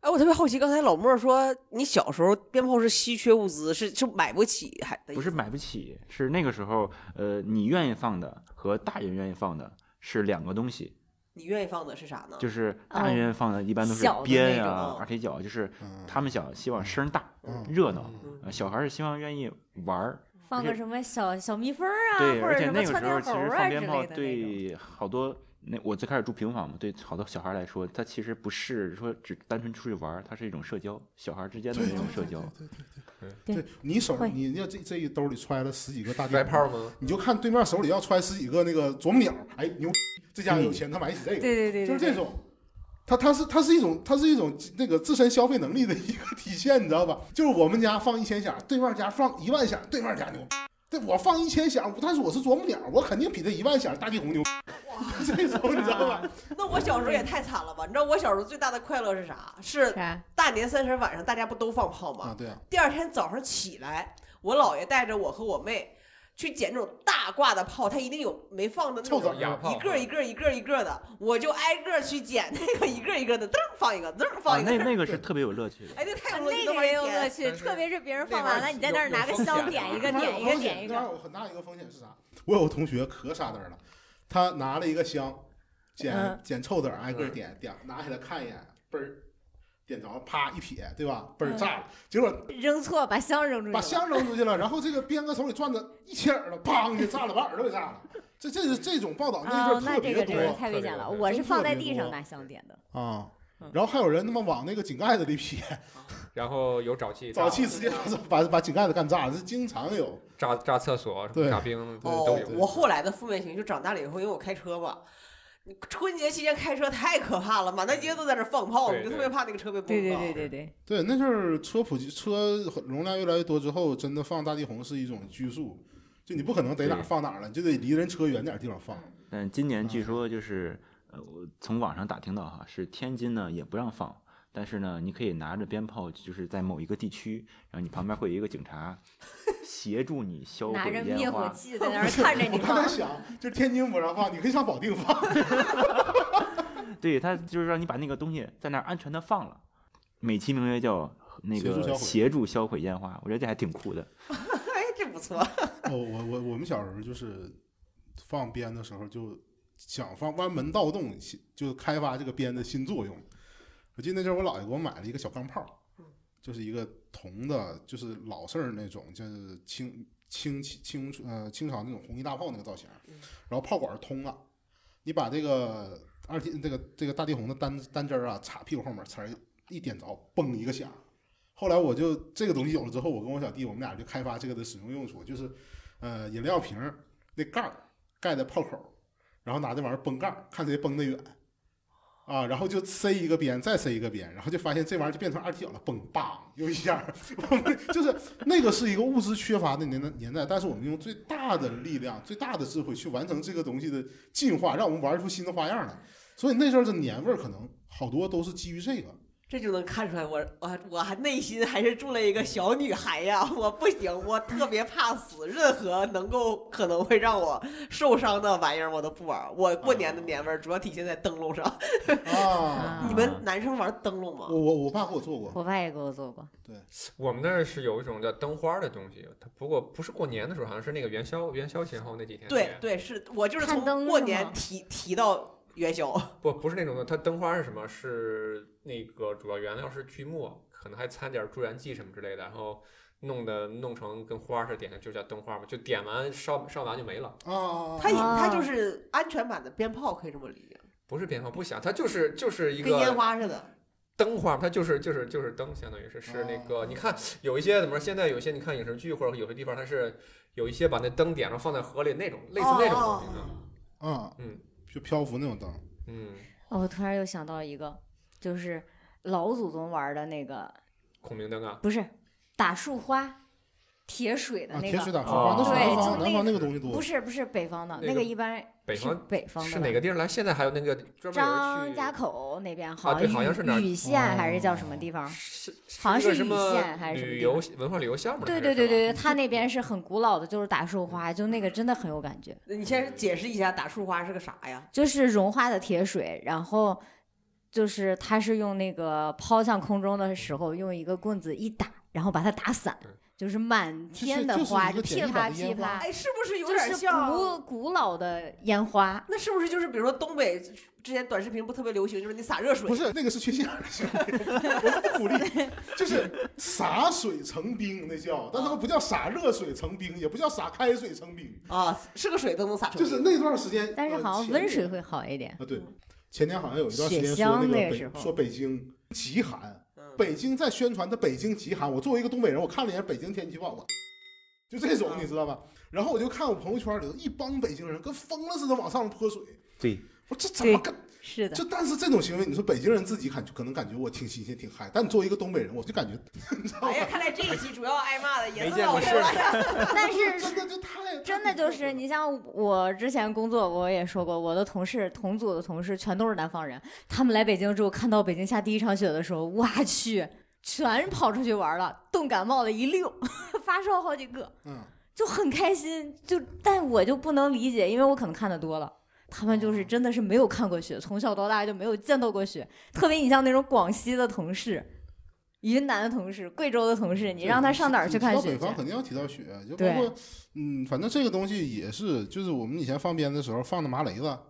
A: 哎，我特别好奇，刚才老莫说你小时候鞭炮是稀缺物资，是是买不起，还的意
E: 不是
A: 思
E: 买不起，是那个时候，呃，你愿意放的和大人愿意放的是两个东西，
A: 你愿意放的是啥呢？
E: 就是大人
C: 哦
E: 愿意放的一般都是
C: 小的
E: 鞭
C: 那种
E: 啊、
A: 哦
E: 二踢脚，就是
B: 嗯，
E: 他们想希望声儿大、
B: 嗯
E: 热闹，
A: 嗯
E: 呃小孩儿是希望愿意玩儿，
C: 放个什么小小蜜蜂儿啊，
E: 对，
C: 或
E: 而
C: 者
E: 且
C: 什
E: 那
C: 么
E: 个时
C: 窜
E: 候
C: 天
E: 其
C: 猴
E: 实
C: 儿
E: 放
C: 啊之
E: 鞭
C: 类
E: 炮
C: 的那种。
E: 对好多那我最开始住平房嘛，对好多小孩来说，他其实不是说只单纯出去玩儿，它是一种社交，小孩之间的
B: 对
E: 那种社交。
B: 对对对
C: 对
B: 对，对你手
C: 会
B: 你要这这一兜里揣了十几个大
D: 甩
B: 鞭
D: 炮，吗？
B: 你就看对面手里要揣十几个那个啄木鸟，哎牛，这家有钱，他买起这个，
C: 对对对，
B: 就是
C: 对
B: 这
C: 对
B: 种。它它是它是一种它是一种那个自身消费能力的一个体现，你知道吧？就是我们家放一千响，对面家放一万响，对面家牛。对我放一千响，但是我是啄木鸟，我肯定比这一万响大地红牛。 这种你知道吧？
A: 那我小时候也太惨了吧？你知道我小时候最大的快乐是啥？是
C: 啥？
A: 大年三十晚上大家不都放炮吗？
B: 啊，对啊，
A: 第二天早上起来，我姥爷带着我和我妹去捡那种大挂的炮，他一定有没放的那
B: 臭
A: 种
B: 枣
D: 哑炮
A: 一个一个一个一个的，我就挨个去捡那个一个一个的，噔儿放一个，噔儿
E: 啊
A: 放，一个
E: 那。那个是特别有乐趣的。
A: 哎，那太有乐趣
C: 啊那
A: 了
C: 个也有乐
A: 玩意
C: 趣，
D: 但是
C: 特别是别人
D: 那
C: 放
D: 玩
C: 完了，
D: 意儿
C: 你在
D: 有
C: 那儿
D: 有
C: 拿个
D: 风
C: 香
D: 险
C: 点
D: 的
C: 一个，
B: 那玩意儿
C: 点
B: 有
C: 一个，
B: 风险
C: 点一
B: 那玩意
C: 个。
B: 儿有很大一个风险是啥？我有同学可傻嘚儿了，他拿了一个香，捡
C: 嗯
B: 捡臭子儿，挨个儿点点，拿起来看一眼，嘣儿点着，啪一撇，对吧？嘣儿
C: 嗯
B: 炸了，结果
C: 扔错，把香扔出去了。
B: 把香扔出去了，然后这个鞭哥手里攥着，一切耳朵，砰给炸了，把耳朵给炸了。这这是这种报道那
C: 哦，
B: 阵儿
C: 那
B: 特
C: 这
B: 别
C: 个真是
B: 多
C: 太危险了。
D: 特别
C: 我
B: 多
C: 是放在地
B: 特别
C: 上
B: 多
C: 拿香点的。
B: 啊
A: 嗯。
B: 然后还有人他妈往那个井盖子里撇，
D: 然后有沼气炸，
B: 沼气直接把把井盖子干炸，这经常有。
D: 炸炸厕所、
B: 对
D: 炸冰都
A: 哦
D: 有。，
A: 我后来的负面情绪长大了以后，因为我开车嘛，你春节期间开车太可怕了，满大街都在那儿放炮，
D: 对
A: 你就特别
D: 对
A: 怕那个车被崩
C: 对对
A: 到
C: 对对对，
B: 对，那阵儿车普及，车容量越来越多之后，真的放大地红是一种拘束，就你不可能逮哪儿
D: 对
B: 放哪儿了，你就得离人车远点儿地方放。
E: 但今年据
B: 啊
E: 说就是，呃，我从网上打听到哈，是天津呢也不让放，但是呢，你可以拿着鞭炮，就是在某一个地区，然后你旁边会有一个警察协助你销
C: 拿
E: 毁
C: 着灭
E: 烟
C: 火
E: 花。
C: 器在那儿看 着
B: 我
C: 你
B: 刚才
C: 放。
B: 想，就是天津不让放，你可以上保定放。
E: 对他就是让你把那个东西在那儿安全的放了，美其名曰叫那
B: 协助销
E: 个
B: 毁
E: 协助销毁烟花，我觉得这还挺酷的。
A: 哎，这不错。
B: 我哦我我我们小时候就是放鞭的时候就想放弯门盗洞，就开发这个鞭的新作用。我记得那阵儿我姥爷给我买了一个小钢炮，就是一个铜的，就是老式儿那种，就是清清清呃清朝那种红衣大炮那个造型儿，然后炮管儿通了，你把这个二踢这个这个大地红的单单针儿啊插屁股后面，呲儿一点着，嘣一个响。后来我就这个东西有了之后，我跟我小弟我们俩就开发这个的使用用处，就是呃饮料瓶儿那盖儿盖在炮口儿，然后拿这玩意儿崩盖儿，看谁崩得远啊，然后就塞一个边，再塞一个边，然后就发现这玩意儿就变成二踢脚了，崩梆又一下儿， 我们就是那个是一个物资缺乏的年代年代，但是我们用最大的力量、最大的智慧去完成这个东西的进化，让我们玩出新的花样来。所以那阵儿的年味儿可能好多都是基于这个。
A: 这就能看出来我，我我还内心还是住了一个小女孩呀！我不行，我特别怕死，任何能够可能会让我受伤的玩意儿我都不玩儿。我过年的年味儿主要体现在灯笼上。
B: 啊，
A: 你们男生玩灯笼吗
B: 我？我我爸给我做过，
C: 我爸也给我做过，
D: 我们那儿是有一种叫灯花儿的东西，它不过不是过年的时候，好像是那个元宵元宵前后那几天。
A: 对对，是我就是哦从
C: 看灯是
A: 过
C: 吗
A: 年提提到元宵。
D: 不不是那种的，它灯花是什么？是那个主要原料是锯末，可能还掺点儿助燃剂什么之类的，然后弄的弄成跟花儿似的，点的就叫灯花嘛，就点完烧烧完就没了，
B: 啊，
A: 它也它
C: 哦
A: 就是安全版的鞭炮，可以这么理解，
D: 不是鞭炮不响，它就是就是一
A: 跟烟
D: 个
A: 花似的。
D: 灯花，它就是就是就是灯，相当于是是那
C: 哦
D: 个你看有一些怎么说，现在有一些你看影视剧或者有些地方它是有一些把那灯点上放在河里那种类似那
C: 哦
D: 种东西呢，
B: 啊，
D: 嗯，
B: 就漂浮那种灯，
D: 嗯，
C: 哦，我突然又想到一个，就是老祖宗玩的那个，
D: 孔明灯啊，
C: 不是打树花，铁水的
B: 啊，
C: 那
B: 铁
C: 个，
B: 水打树
D: 哦
B: 花，那是南
D: 对就
B: 方
C: 那
B: 南方
C: 个
B: 那个东西多
C: 不，是不是北方的，
D: 那
C: 那
D: 个
C: 个一般
D: 北
C: 是
D: 方
C: 北方的
D: 是
C: 吧
D: 哪个地儿来？现在还有那个专门有
C: 张
D: 人去啊
C: 家口那边好
D: 对好像是哪儿哦
C: 像禹县还是叫什么地方？
D: 是
C: 好像
D: 是一
C: 是
D: 个什
C: 禹县还
D: 么
C: 是什么
D: 旅
C: 地方
D: 游文化旅游项目？
C: 对对对 对对，他那边是很古老的，就是打树花，就那个真的很有感觉，
A: 你先解释一下打树花是个啥呀？
C: 就是融化的铁水，然后就是它是用那个抛向空中的时候，用一个棍子一打，然后把它打散
D: 嗯，
C: 就是满天
B: 就是
C: 花，
B: 一个
C: 噼
B: 简易
C: 啪
B: 版的
C: 噼
B: 烟花
C: 啪，
A: 哎，是不是有
C: 就
A: 点
C: 是
A: 像？
C: 古古老的烟花。
A: 那是不是就是比如说东北之前短视频不特别流行，就是你洒热水
B: 不，是那个是缺心眼儿的行为，我不鼓励， 就是洒水成冰那叫，但他们不叫洒热水成冰，也不叫洒开水成冰，
A: 啊，是个水都能洒成。
B: 就是那段时间，
C: 但是
B: 呃
C: 好像
B: 前
C: 温
B: 年
C: 水会好一点，
B: 啊，对，前年好像有一段时
C: 雪
B: 间说
C: 乡
B: 那个
C: 那个
B: 北
C: 时候
B: 说北京极寒，
A: 嗯
B: 北京在宣传它北京极寒。我作为一个东北人，我看了一眼北京天气预报，我就这
C: 啊
B: 种你知道吧？然后我就看我朋友圈里头一帮北京人跟疯了似的往上泼水，
E: 对，
B: 我说这怎么
C: 对
B: 跟？
C: 是的，
B: 就但是这种行为，你说北京人自己感觉可能感觉我挺新鲜挺嗨，但你作为一个东北人，我就感觉
A: 哎呀，看来这一期主要挨骂的也
D: 没
A: 是
D: 见
A: 老
D: 过世
A: 刘了。
D: 面，
C: 但 是
B: 真的就太
C: 真的就是你像我之前工作，我也说过，我的同事同组的同事全都是南方人，他们来北京之后看到北京下第一场雪的时候，哇去，全跑出去玩了，冻感冒了一溜， 发烧好几个，
B: 嗯，
C: 就很开心。就但我就不能理解，因为我可能看的多了。他们就是真的是没有看过雪，从小到大就没有见到过雪。特别你像那种广西的同事、云南的同事、贵州的同事，你让他上哪儿去看
B: 你提
C: 雪
B: 到北
C: 去
B: 方？肯定要提到雪，就包
C: 对
B: 括嗯，反正这个东西也是，就是我们以前放鞭的时候放的麻雷子，我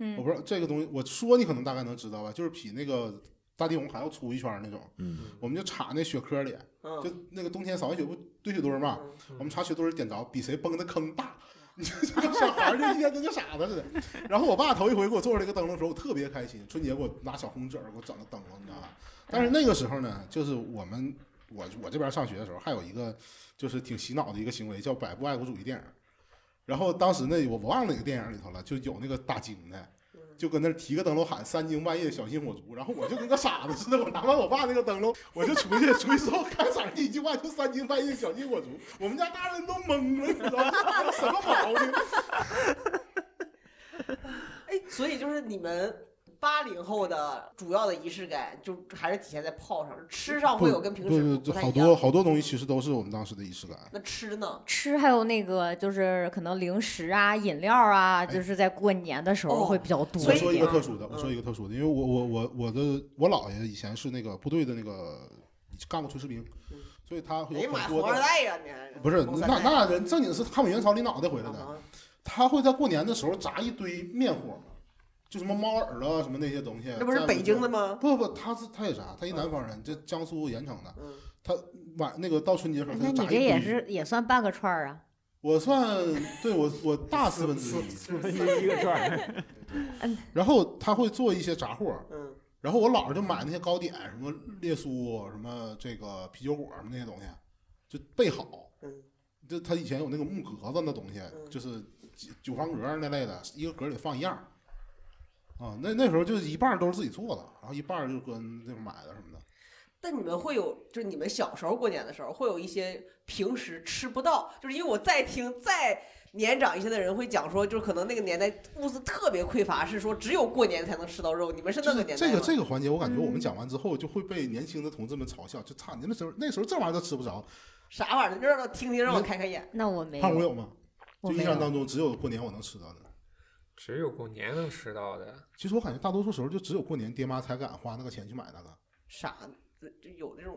C: 嗯
B: 不知道这个东西，我说你可能大概能知道吧，就是比那个大地红还要粗一圈儿那种。
E: 嗯，
B: 我们就插那雪壳里，啊就
A: 嗯，
B: 那个冬天扫完雪不堆雪堆儿嘛，
D: 嗯
B: 我们插雪堆儿点着，比谁崩的坑大。你 就这个小孩儿就一天跟个傻子似的。然后我爸头一回给我做出来个灯笼的时候，我特别开心。春节给我拿小红纸儿给我整个灯笼，你知道
D: 嗯
B: 吧？但是那个时候呢，就是我们我我这边上学的时候，还有一个就是挺洗脑的一个行为，叫摆布爱国主义电影儿。然后当时呢，我我忘了哪个电影里头了，就有那个打更的，
D: 嗯
B: 就搁那儿提个灯笼喊“三更半夜小心火烛”，然后我就跟个傻子似的，我拿完我爸那个灯笼，我就出去，出去之后开嗓第一句话就“三更半夜小心火烛”，我们家大人都懵了，你知道吗？什么毛 病？
A: 哎，所以就是你们。八零后的主要的仪式感就还是体现在泡上，吃上会有跟平时
B: 对
A: 不
B: 对，
A: 太
B: 好
A: 一
B: 多
A: 样。
B: 好多东西其实都是我们当时的仪式感。
A: 那吃呢？
C: 吃还有那个就是可能零食啊、饮料啊，
B: 哎
C: 就是在过年的时候会比较多
A: 所
B: 我
A: 以
B: 哦说
C: 一
B: 一个
C: 点。
B: 特殊的，我
A: 嗯
B: 说一个特殊的，因为我我我我的我姥爷以前是那个部队的那个干过炊事兵
A: 嗯，
B: 所以他有
A: 哎呀妈呀，
B: 很
A: 红
B: 多
A: 二
B: 的。
A: 代呀，你还
B: 不是，
A: 红
B: 那
A: 三代
B: 那人正经是抗美援朝领导带回来的，
A: 啊
B: 他会在过年的时候炸一堆面糊，就什么猫耳朵啊什么那些东西。
A: 这不是
B: 在
A: 北京的？吗？
B: 不不，他是他也炸，他一南方人，这江苏盐城的。
A: 嗯，
B: 晚那个到春节的时候，
C: 哎那
B: 他就
C: 你
B: 炸一
C: 这也
B: 堆。
C: 是也算半个串儿啊？
B: 我算对我我大四分之一，
D: 嗯
E: 一个串儿，
B: 然后他会做一些杂货，
A: 嗯，
B: 然后我姥儿就买那些糕点，什么列苏，什么这个啤酒果什么那些东西，就备好。
A: 嗯，
B: 就他以前有那个木格子那东西，
A: 嗯
B: 就是九九方格那类的，一个格里放一样儿。啊，那那时候就是一半儿都是自己做的，然后一半儿就跟那边买的什么的。
A: 但你们会有，就是你们小时候过年的时候，会有一些平时吃不到，就是因为我再听再年长一些的人会讲说，就是可能那个年代物资特别匮乏，是说只有过年才能吃到肉。你们是
B: 就
A: 那个
B: 是
A: 年代
B: 这
A: 吗？
B: 个这个环节，我感觉我们讲完之后就会被年轻的同志们嘲笑，就差你们时候那时候这玩意儿都吃不着。
A: 啥玩意儿？就让我听听，让我开开眼。
C: 那我没
B: 胖虎
C: 有，
B: 有吗？
C: 我
B: 就
C: 没
B: 印象
C: 有。
B: 当中只有过年我能吃到的。
D: 只有过年能吃到的。
B: 其实我感觉大多数时候就只有过年爹妈才敢花那个钱去买那个。
A: 啥？这这有那种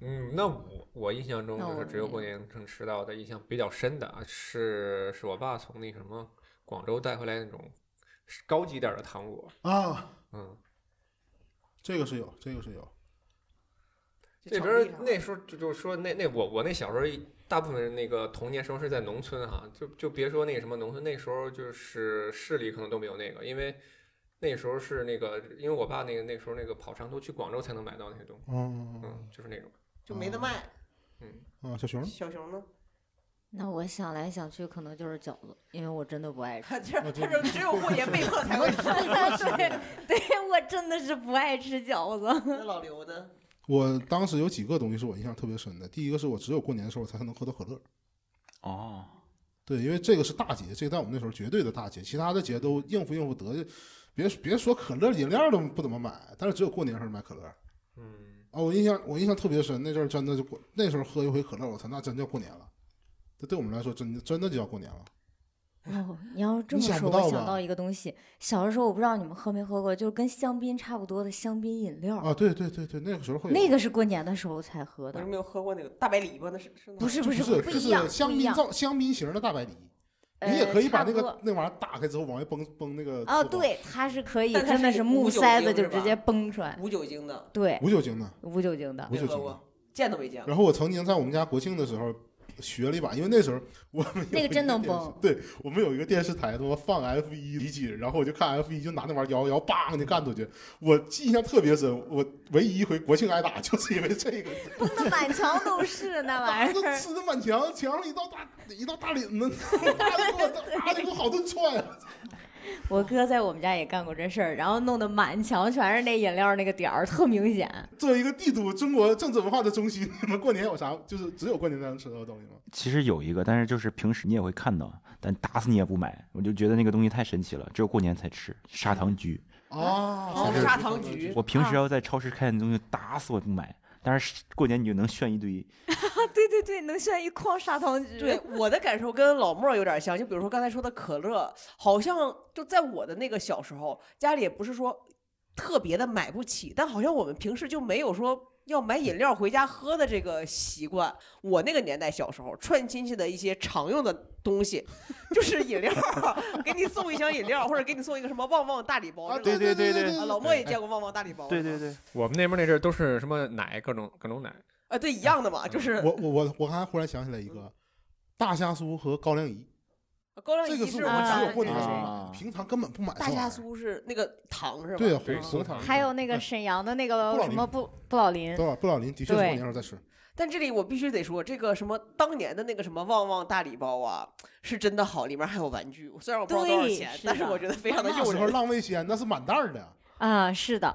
D: 嗯，那我我印象中
C: 那
D: 就
C: 我
D: 是只有
C: 没
D: 过年能吃到的，印象比较深的啊是是我爸从那什么广州带回来那种高级点儿的糖果，
B: 啊，
D: 嗯，
B: 这个是有，这个是有。
D: 这边
A: 场
D: 儿
A: 地上
D: 那时候就就是说那那我我那小时候一大部分人那个童年时候是在农村哈、就就别说那个什么农村，那时候就是市里可能都没有那个，因为那时候是那个，因为我爸那个那时候那个跑长途去广州才能买到那些东西，
B: 嗯
D: 嗯，就是那种，
A: 就没得卖。
D: 嗯，
B: 啊，小熊呢，
A: 小熊呢？
C: 那我想来想去，可能就是饺子，因为我真的不爱吃。
A: 他这他说只有过年被迫 才会吃。
C: 对，我真的是不爱吃饺子。
A: 那老刘呢？
B: 我当时有几个东西是我印象特别深的，第一个是我只有过年的时候才能喝到可乐，
E: 哦，
B: 对，因为这个是大节，这在我们那时候绝对的大节，其他的节都应付应付得，别别说可乐饮料都不怎么买，但是只有过年时候买可乐。
D: 嗯，
B: 啊，我印象我印象特别深，那阵儿真的就过，那时候喝一回可乐，我操，那真叫过年了。这对我们来说真的真的就叫过年了。
C: 哦，你要这
B: 你
C: 么
B: 想
C: 说，
B: 不到
C: 我想
B: 吧
C: 到一个东西。小的时候我不知道你们喝没喝过，就是跟香槟差不多的香槟饮料，
B: 啊，对对对对，那个时候会有
C: 那个是过年的时候才喝
A: 我
C: 的
A: 是。没有喝过那个大白梨吧？那是是那
C: 不是
B: 就
C: 不
B: 不
C: 是不
B: 就
C: 一
B: 是
C: 样，
B: 香
C: 不一
B: 槟
C: 样。
B: 造香槟型的大白梨，你也
C: 呃
B: 可以把
C: 差
B: 那
C: 不
B: 个
C: 多
B: 那玩意儿打开之后往外崩崩那个
C: 啊，
B: 醋吧，
C: 对，它是可以，
A: 但它
C: 真的
A: 是
C: 是
A: 无
C: 木
A: 酒
C: 塞
A: 精
C: 子就是直
A: 吧
C: 接崩出来。
A: 无酒精的，
C: 对，
B: 无酒精的。
C: 无酒精的。
B: 无
A: 啊没
B: 酒
A: 喝
B: 精的
A: 过，见都没见过。
B: 然后我曾经在我们家国庆的时候学了一把，因为那时候我们有
C: 那个
B: 一
C: 真能
B: 电视
C: 崩
B: 对我们有一个电视台，他妈放 F 一集锦，然后我就看 F 一，就拿那玩意儿摇摇，梆就干出去。我印象特别深，我唯一一回国庆挨打就是因为这个，
C: 崩的满墙都是那玩意
B: 都
C: 儿。
B: 吃的满墙，墙上一道大一道大领子， 大的给我大的给我好顿踹。
C: 我哥在我们家也干过这事儿，然后弄得满墙全是那饮料那个点儿，特明显。
B: 作为一个帝都，中国政治文化的中心，你们过年有啥？就是只有过年才能吃到的东西吗？
E: 其实有一个，但是就是平时你也会看到，但打死你也不买。我就觉得那个东西太神奇了，只有过年才吃砂糖橘。
B: 啊
A: 哦砂糖橘
E: 我平时
C: 啊
E: 要在超市看见东西，打死我不买。但是过年你就能炫一堆，
C: 对对对，能炫一筐砂糖橘。
A: 对，我的感受跟老莫有点像，就比如说刚才说的可乐，好像就在我的那个小时候，家里也不是说特别的买不起，但好像我们平时就没有说要买饮料回家喝的这个习惯。我那个年代小时候串亲戚的一些常用的东西，就是饮料，给你送一箱饮料，或者给你送一个什么旺旺大礼包。
B: 啊，
A: 哦这
B: 对
A: 个
B: 对
E: 对
B: 对
A: 啊，老莫也见过旺旺大礼
B: 哦
A: 包。
E: 对对。对，
D: 我们那边那阵儿都是什么奶，各种各种奶，
A: 啊，对，一样的嘛，就是
B: 我我我我刚才忽然想起来一个，大虾酥和高粱饴，
A: 高粱
B: 这个
A: 饴
B: 是
A: 是
B: 我
C: 们
B: 们
C: 啊
B: 只有过年的时候
E: 啊
B: 买，平常根本不买这
A: 大
B: 玩意儿。
A: 虾酥是那个糖是吧？
B: 对啊，
D: 对
B: 红
D: 酥
B: 红
D: 糖
B: 糖
C: 还有那个沈阳的那个
B: 布朗
C: 什
B: 尼
C: 么布布老林，
B: 对吧？布朗林的确是过
C: 对
B: 年时候在吃，
A: 但这里我必须得说，这个什么当年的那个什么旺旺大礼包啊，是真的好，里面还有玩具。虽然我不知道多少
C: 对
A: 钱，
C: 是
A: 但是
C: 的
A: 我觉得非常的
B: 那
A: 诱
B: 时候
A: 人。
B: 浪味仙那是啊满袋儿的。
C: 啊，是的。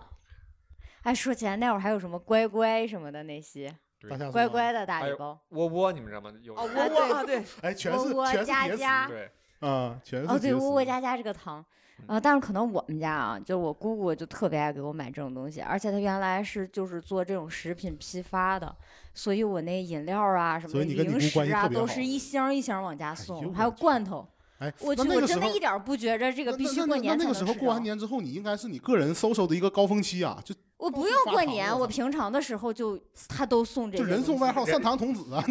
C: 哎，说起来那会儿还有什么乖乖什么的那些
B: 大虾酥啊
C: 乖乖的大
D: 还
C: 礼
D: 有
C: 包，
D: 窝窝，你们知道吗？有
A: 啊，
C: 哦
D: 人
A: 窝窝啊， 对，
B: 哎，全
C: 窝
B: 是
C: 窝
B: 全是
C: 家
B: 叠词
C: 家
D: 对，
B: 啊，全是
C: 哦，对，
B: 叠
C: 窝
B: 词
C: 窝家家这个糖，
B: 嗯
C: 呃，但是可能我们家啊，就是我姑姑就特别爱给我买这种东西，而且她原来是就是做这种食品批发的，所以我那饮料啊什么
B: 所以你跟你
C: 零
B: 姑
C: 食
B: 关系
C: 啊，
B: 特别
C: 都
B: 好
C: 是一箱一箱往家
B: 哎呦
C: 送，
B: 我
C: 还有
B: 去
C: 罐头。
B: 哎，
C: 我去，
B: 那那
C: 我
B: 个时
C: 真的
B: 候
C: 一点儿不觉着这个
B: 那
C: 必
B: 那
C: 须
B: 那
C: 过
B: 那
C: 年
B: 那
C: 才能
B: 个
C: 吃啊
B: 时候过完
C: 着。
B: 年之后，你应该是你个人搜搜的一个高峰期啊，就
C: 我不
B: 都
C: 用
B: 发
C: 过
B: 糖
C: 年，
B: 了
C: 我
B: 操
C: 平常的时 候就他都送这
B: 就
C: 些
B: 人
C: 东
B: 送
C: 西
B: 外号“
D: 这
B: 善堂童子”啊。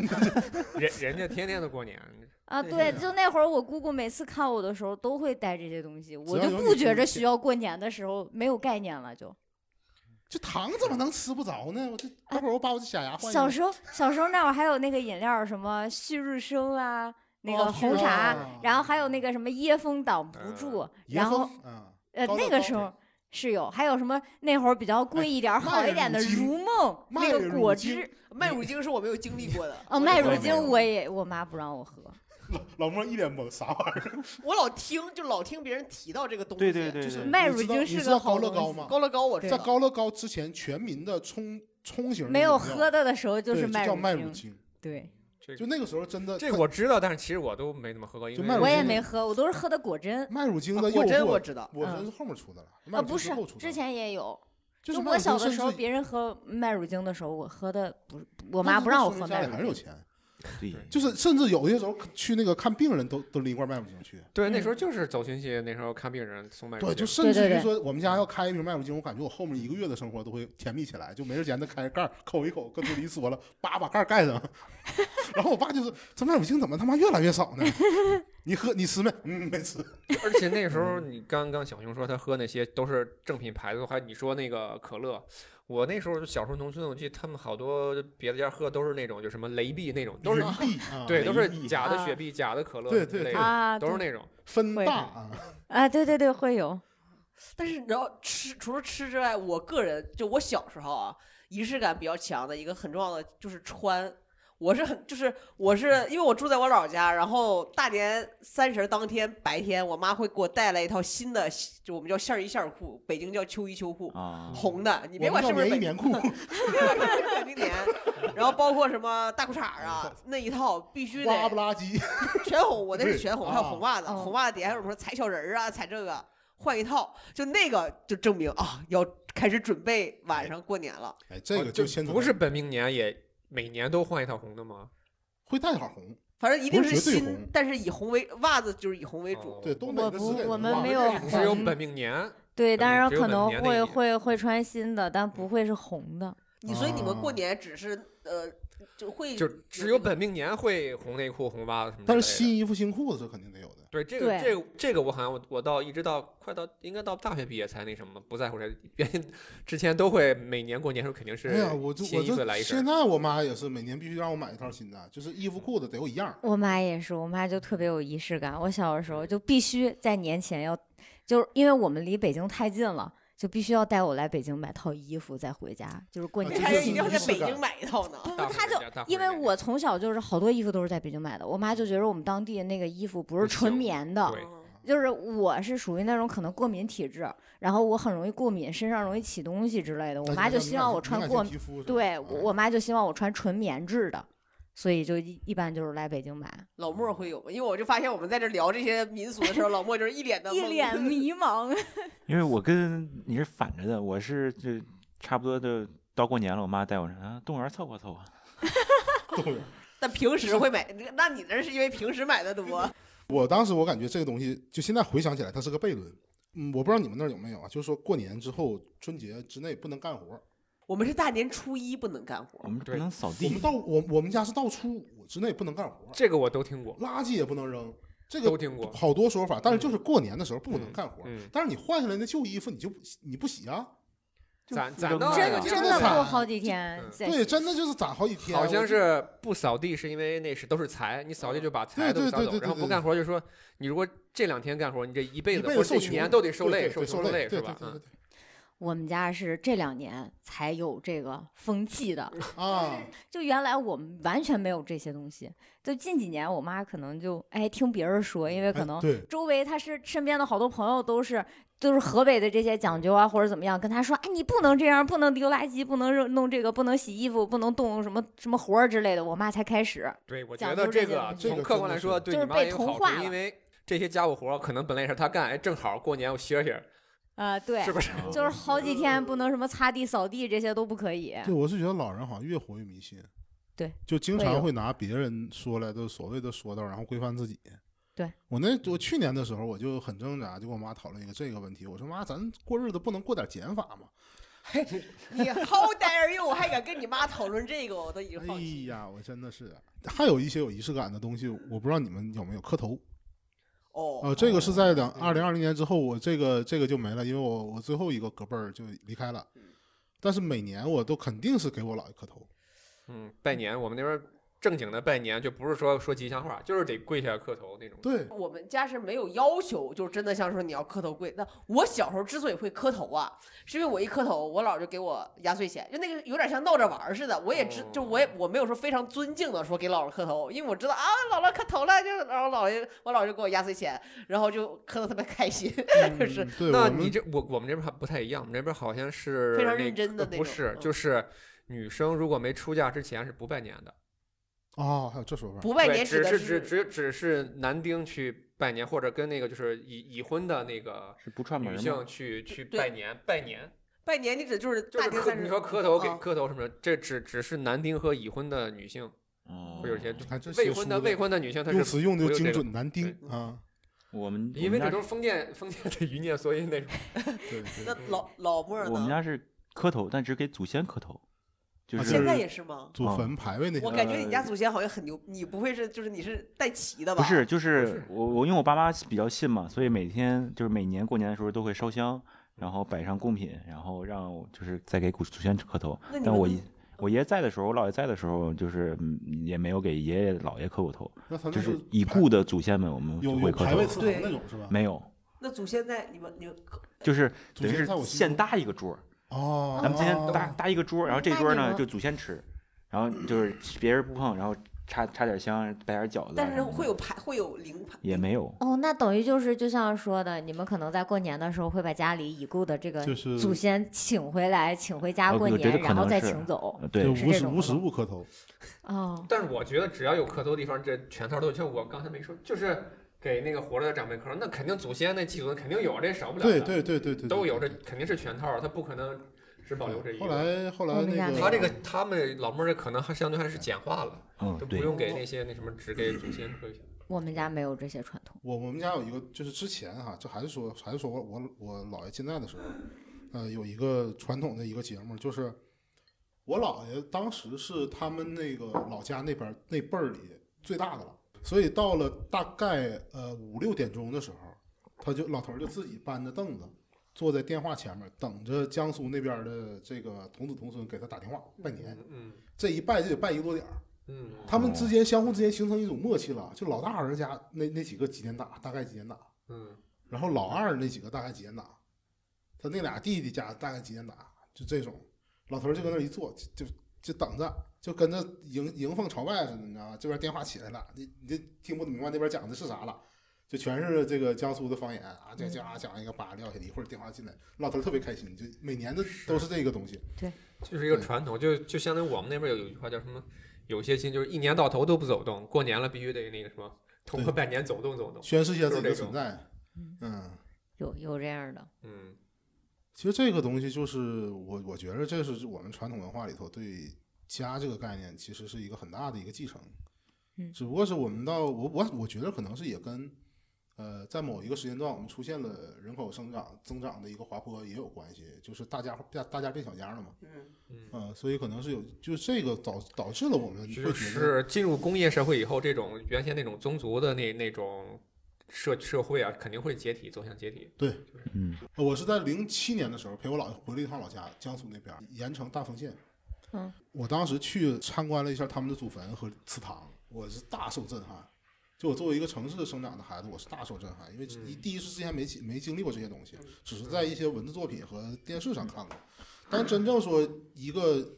D: 人人家天天都过年，
C: 啊，
A: 对
C: 对，就那会儿我姑姑每次看我的时候都会带这些东西，我
B: 要
C: 就
B: 有
C: 不
B: 你
C: 觉
B: 姑
C: 着
B: 姑
C: 需
B: 去
C: 要过年的时候没有概念了就。
B: 这糖怎么能吃不着呢？我这待会儿我把我这假牙换一
C: 小
B: 下。
C: 时候，小时候那会儿还有那个饮料儿，什么旭日升啊，那
B: 哦
C: 个
B: 旭
C: 红
B: 日
C: 茶，
B: 升啊
C: 然后还有那个什么椰风挡不
D: 嗯
C: 住，
B: 椰
C: 然后
B: 风啊，
C: 呃
B: 高
C: 那
B: 乐
C: 个
B: 高
C: 时候是有，还有什么那会儿比较贵一点儿、好
B: 麦
C: 一点的
B: 乳精
C: 如梦那
B: 麦
C: 个
B: 乳
C: 果
B: 精
C: 汁，
A: 麦乳精是我没有经历过的。
C: 哦
A: 我
C: 麦
A: 就
C: 乳
A: 是
C: 精我也我妈不让我喝，
B: 老莫一脸懵，啥玩意儿？
A: 我老听，就老听别人提到这个东西。
E: 对对对
B: 就
E: 对
B: 是
C: 麦
B: 你
C: 乳
B: 知道
C: 精
B: 你
C: 是
B: 知
C: 个
B: 道
C: 好
B: 高乐
C: 东
B: 高
C: 西
B: 吗？
A: 高乐高我知
B: 在
A: 道，
B: 高乐高之前，全民的冲冲型
C: 没有喝的的时候
B: 就
C: 就是
B: 叫麦
C: 乳
B: 乳
C: 精，
B: 精，
C: 对
D: 这
B: 就那个时候真的
D: 这我知道，但是其实我都没怎么喝过，因
B: 就麦
D: 为
B: 乳
C: 我也
B: 精
C: 没喝，我都是喝的果真
B: 麦乳精
A: 啊
B: 的诱
A: 果真我
B: 惑，
A: 知道。
B: 我
C: 嗯
B: 真是后面出的了，麦
C: 啊
B: 乳精
C: 不是
B: 后出的
C: 之前也有，
B: 就是
C: 就
B: 麦
C: 我
B: 乳精
C: 小的
B: 甚
C: 时候，
B: 至
C: 别人喝麦乳精的时候，我喝的不是，我
B: 我
C: 妈不让我喝
B: 家里
C: 麦
B: 还是
C: 乳
B: 有
C: 精。
B: 钱，
E: 对，
B: 就是甚至有些时候去那个看病人都都拎罐麦乳精去，
D: 对
C: 嗯
D: 那时候就是走亲戚，那时候看病人送麦
B: 对，
D: 乳
B: 就
D: 精，
B: 甚至
C: 对
B: 于
C: 对
B: 说我们家要开一瓶麦乳精，我感觉我后面一个月的生活都会甜蜜起来，就没人闲的开盖儿抠一口，搁嘴里一嗦了，叭把盖儿盖 上。然后我爸就是这麦乳精怎么他妈越来越少呢？你喝你吃没？嗯，没吃。
D: 而且那时
B: 嗯
D: 候你刚刚小熊说他喝那些都是正品牌子，还你说那个可乐，我那时候小时候农村，我记得他们好多别的家喝都是那种就什么雷碧那种，都是
B: 云碧啊，
D: 对，都
E: 雷
D: 是
E: 碧
D: 假的雪碧、假的可乐
B: 对
D: 之
B: 对
D: 类
B: 对
D: 的，
C: 啊，
D: 都是
C: 对
D: 那种。
B: 分
C: 会
B: 大啊，
C: 啊，对对对，会有
A: 但是你知道吃，除了吃之外，我个人就我小时候啊，仪式感比较强的一个很重要的就是穿。我是很就是我是
B: 嗯
A: 因为我住在我姥儿家，然后大年三十儿当天白天，我妈会给我带来一套新的，就我们叫线儿衣线儿裤，北京叫秋衣秋裤，
E: 啊，
A: 红的，你别
B: 哦我
A: 管
B: 们叫
A: 是不是
B: 棉
A: 北
B: 衣棉裤，
A: 北京年， 然后包括什么大裤衩儿啊那一套必须得
B: 哇不拉几，
A: 全红，我那是
B: 对
A: 全红，
B: 啊
A: 还有红袜子，
C: 嗯
A: 红袜子底下还有什么踩小人儿啊，踩这个，换一套，就那个就证明啊，要开始准备晚上过年了。
B: 哎，这个
D: 哦就
B: 就牵扯
D: 不是本命年也每年都换一套红的吗？
B: 会带点红，
A: 反正一定
B: 不是
A: 是
B: 绝对
A: 新
B: 红，
A: 但是以红为袜子，就是以红为主。
D: 哦
B: 对，东北
C: 我
B: 的
C: 不
B: 之类的
C: 我们
B: 袜子
C: 没有
D: 只有
C: 红
D: 本命年，
C: 对，
D: 本
C: 但
D: 命
C: 是
D: 只有
C: 可
D: 本
C: 能
D: 年那一
C: 会
D: 年
C: 会会穿新的，但不会是红的。
A: 你所以你们过
B: 哦啊
A: 年只是呃，就会
D: 就只
A: 那
D: 有
A: 个
D: 本命年会红内裤、红袜子什么之类的。
B: 但是新衣服新裤子是肯定得有的。
D: 对这个
C: 对
D: 这个这个我好像我我到一直到快到应该到大学毕业才那什么不在乎这原因，之前都会每年过年时候肯定是
B: 哎呀，我就我
D: 新衣服来
B: 这
D: 一身
B: 现。在我妈也是每年必须让我买一套新的，就是衣服裤子得有一样。
C: 我妈也是，我妈就特别有仪式感。我小的时候就必须在年前要，就是因为我们离北京太近了，就必须要带我来北京买套衣服再回家，就是过
B: 啊
C: 年
A: 你
B: 这
A: 还
B: 就是
C: 的
A: 一
C: 新
A: 定
C: 衣
B: 有
A: 要在
B: 仪式
C: 服。
A: 北
B: 感
A: 京买一套 呢。
D: 大
C: 不
D: 户
C: 是她
D: 人
C: 就
D: 家大户
C: 因为
D: 人家
C: 我从小就是好多衣服都是在北京买的，我妈就觉得我们当地那个衣服不是
D: 不行
C: 纯棉的，
D: 对
A: 嗯
C: 就是我是属于那种可能过敏体质，然后我很容易过敏，身上容易起东西之类的。我
B: 那哦
C: 妈
B: 你
C: 就
B: 看
C: 希望我穿过
B: 敏感性，皮肤是吧
C: 对
B: 啊
C: 我 我妈就希望我穿纯棉质的，所以就一一般就是来北京买，
A: 老莫会有吗？因为我就发现我们在这聊这些民俗的时候，老莫就是一脸的
C: 一
A: 懵
C: 脸迷茫。
E: 因为我跟你是反着的，我是就差不多就到过年了，我妈带我上啊动物园凑合凑合。
B: 动物园
A: 但平时会买，那你那是因为平时买的多。
B: 我当时我感觉这个东西，就现在回想起来，它是个悖论。嗯，我不知道你们那儿有没有啊？就是说过年之后，春节之内不能干活。
A: 我们是大年初一不能干活
E: 我，们不
D: 对
E: 能扫
B: 我
E: 地
B: 们，到我我们家是到初五之内不能干活，
D: 这个我都听过，
B: 垃圾也不能扔。这
D: 都
B: 个
D: 听过。
B: 好多说法，但是就是过年的时候不能
D: 嗯
B: 干活。
D: 嗯，
B: 但是你换下来那旧衣服，你就你不洗啊？
E: 就
D: 攒
E: 不
D: 攒
E: 扔
D: 到
E: 了
D: 哎
C: 真
D: 呀
E: 呀
C: 真
B: 这
C: 的
B: 个
C: 过
B: 惨
C: 好几天
D: 嗯，
C: 在
B: 对，真的就是攒好几天。
D: 好像
B: 我
D: 是不扫地是因为那是都是财，你扫地就把财都
B: 对对
D: 扫
B: 对
D: 走，
B: 对对
D: 然后不
B: 对
D: 干活就说你如果这两天干活，你这一辈
B: 一
D: 子
B: 辈
D: 或者
B: 子
D: 这
B: 受
D: 一
B: 穷
D: 年都得受累，
B: 对对
D: 受
B: 对对
D: 累是
B: 对
D: 吧？
B: 对
D: 嗯
B: 对，对
C: 我们家是这两年才有这个风气的，
D: 嗯
B: 对啊，
C: 就原来我们完全没有这些东西。就近几年，我妈可能就哎听别人说，因为可
B: 哎
C: 能
B: 对
C: 周围他是身边的好多朋友都是就是河北的这些讲究啊，或者怎么样，跟他说，哎，你不能这样，不能丢垃圾，不能扔弄这个，不能洗衣服，不能动什么什么活儿之类的。我妈才开始，
D: 对，我觉
C: 讲
D: 得
C: 究
D: 这
C: 这些
D: 个啊
C: 东
B: 西
D: 从客观来说对
C: 就
D: 你
C: 是
D: 妈
C: 被
D: 也有
C: 同
D: 好
C: 化
D: 处，因
C: 了
D: 为这些家务活儿可能本来也是她干，哎，正好过年我歇歇，
C: 啊、对
D: 是，不是？
E: 啊
C: 就是好几天不能什么擦地、扫地这些都不可以。
B: 对，我是觉得老人好像越活越迷信，
C: 对，
B: 就经
C: 会
B: 常
C: 有
B: 会拿别人说来的所谓的说道，然后规范自己。
C: 对
B: 我那我去年的时候我就很挣扎，就跟我妈讨论一个这个问题，我说妈，咱过日子不能过点减法吗？
A: 你 How dare you！我还敢跟你妈讨论这个，我都已经
B: 哎
A: 放弃。
B: 呀，我真的是，还有一些有仪式感的东西，我不知道你们有没有磕头。
A: 哦，
B: 呃，这个是在两
D: 嗯
B: 二零二零年之后，我这个这个就没了，因为我我最后一个隔辈儿就离开了。但是每年我都肯定是给我姥爷磕头，
D: 嗯，拜年我们那边儿正经的拜年就不是说说吉祥话，就是得跪下磕头那种。
B: 对，
A: 我们家是没有要求，就是真的像说你要磕头跪。那我小时候之所以会磕头啊，是因为我一磕头，我姥就给我压岁钱，就那个有点像闹着玩儿似的。我也知
D: 哦，
A: 就我也我没有说非常尊敬的说给姥姥磕头，因为我知道啊，姥姥磕头了，就是然后姥爷我姥就给我压岁钱，然后就磕的特别开心， 就是
B: 嗯对，
D: 那
B: 我
D: 你
B: 们
D: 这我我们这边还不太一样，我们这边好像是
A: 非常
D: 那
A: 认真的
D: 个
A: 那
D: 呃不
A: 种
D: 是，
A: 嗯
D: 就是女生如果没出嫁之前是不拜年的，
B: 哦，还有这说法，
A: 不拜
D: 对
A: 年指
D: 只
A: 的
D: 是只只只是男丁去拜年，或者跟那个就是已已婚的那个
E: 是不串门
D: 女
E: 吗？
D: 性去去
A: 对
D: 拜年拜年，
A: 拜年，你指就是
D: 就
A: 大
D: 是
A: 年
D: 磕
A: 三十。
D: 你说磕头给
A: 啊
D: 磕头什么的，这只只是男丁和已婚的女性
E: 哦
D: 会有一些
B: 看这
D: 未
B: 写
D: 婚
B: 书
D: 的未婚的女性她
B: 用
D: 是。
B: 词用的
D: 不
B: 就
D: 用
B: 精
D: 这个
B: 准难丁 啊，
E: 我们
D: 因为这
E: 我们
D: 都
E: 家
D: 是封建封建的余孽，所以那种
B: 对
A: 那
B: 对。
A: 老老莫
E: 我们
A: 呢？
E: 家是磕头，但只给祖先磕头，就
B: 啊
E: 是
A: 哦现在也是吗？
B: 祖
E: 哦
B: 坟牌位那些，
A: 我
E: 个
A: 感觉你家祖先好像很牛，你不会是就是你是带旗的吧？
E: 不是，就
D: 不
E: 是
D: 是
E: 我我因为我爸妈比较信嘛，所以每天就是每年过年的时候都会烧香，然后摆上贡品，然后让我就是再给古祖先磕头
A: 那。你
E: 但
A: 们
E: 我
A: 都
E: 爷我爷在的时候，我姥爷在的时候，就是嗯也没有给爷爷姥爷磕过头，
B: 那他那
E: 就是
B: 是
E: 已
B: 牌
E: 故的祖先们我们就
B: 有
E: 会
B: 有
E: 磕
B: 牌位
E: 头，
B: 祠
A: 对
B: 堂那种是吧？
E: 没有，
A: 那祖先在你们你们
E: 就是
B: 祖
E: 等于
B: 先
E: 是
B: 在我心
E: 现
B: 中
E: 搭一个桌儿，
B: 哦，
E: 咱们今天
B: 哦
E: 搭搭一个桌儿，然后这
C: 那
E: 桌儿
C: 你
E: 呢
C: 们
E: 就祖先吃，然后就是别人不碰，然后插插点香，摆点饺子啊什么的。
A: 但是会有排，会有零排，
E: 也没有，
C: 哦，那等于就是就像说的，你们可能在过年的时候会把家里已故的这个
B: 就是
C: 祖先请回来，请回家
E: 呃
C: 过
E: 我觉
C: 年，
E: 得可
C: 然后
E: 能
C: 再
E: 是
C: 请走。
E: 呃
B: 就
E: 对，
C: 是
B: 无
C: 这
B: 时
C: 种
B: 无
C: 的
B: 时
C: 吗
B: 不磕头。
C: 哦，
D: 但是我觉得只要有磕头的地方，这全套都有。像我刚才没说，就是给那个活着的长辈磕头，那肯定祖先那祭祖肯定有，这少不了的。
B: 对对对对对，
D: 都
B: 对
D: 有，这肯定是全套，他不可能只保留这一
B: 后
D: 个。
B: 来后来
C: 我们家
B: 那
C: 没
B: 个
D: 他这个他们老妹儿可能还相对还是简化了，
E: 嗯
D: 都，不
E: 对，
D: 用给那些那什么，只给祖先磕一下。
C: 我们家没有这些传统。
B: 我我们家有一个，就是之前哈、这还是说还是说我我我姥爷健在的时候，呃，有一个传统的一个节目，就是我姥爷当时是他们那个老家那边儿那辈儿里最大的了，所以到了大概呃五六点钟的时候，他就老头儿就自己搬着凳子坐在电话前面，等着江苏那边儿的这个童子童孙给他打电话拜年，
D: 嗯
B: 这一拜就得拜一个多点儿。
D: 嗯嗯
B: 他们之间相互之间形成一种默契了，就老大人家那那几个几点打，大概几点打，
D: 嗯，
B: 然后老二那几个大概几点打，他那俩弟弟家大概几点打，就这种，老头儿就搁那儿一坐，就就就等着，就跟着迎迎风朝拜似的，你知道吗？这边电话起来了，你你就听不明白那边讲的是啥了。就全是这个江苏的方言啊，这这
D: 嗯
B: 啊讲一个叭撂下来，一会儿电话进来，老头儿特别开心，就每年的都是这个东西。
D: 就是一个传统，就就相当于我们那边有有一句话叫什么，有些亲就是一年到头都不走动，过年了必须得那个什么，通过拜年走动走动。
B: 宣示一下自己的
D: 就是
B: 存
D: 这种
B: 在
C: 嗯。
B: 嗯，
C: 有有这样的，
D: 嗯，
B: 其实这个东西就是我，我觉得这是我们传统文化里头对家这个概念其实是一个很大的一个继承。
C: 嗯
B: 只不过是我们到我我我觉得可能是也跟呃在某一个时间段我们出现了人口生长增长的一个滑坡也有关系，就是大家大大家变小家了嘛，
A: 嗯，
B: 嗯、所以可能是有就这个导导致了我们
D: 就
B: 会觉得
D: 是进入工业社会以后，这种原先那种宗族的那那种社社会啊，肯定会解体，走向解体。
B: 对，
E: 嗯，
B: 呃我是在零七年的时候陪我姥爷回了一趟老家，江苏那边儿盐城大丰县。
C: 嗯，
B: 我当时去参观了一下他们的祖坟和祠堂，我是大受震撼。就我作为一个城市生长的孩子，我是大受震撼，因为一
D: 嗯
B: 第一是之前没经没经历过这些东西，只是
D: 嗯
B: 在一些文字作品和电视上看过。但真正说一个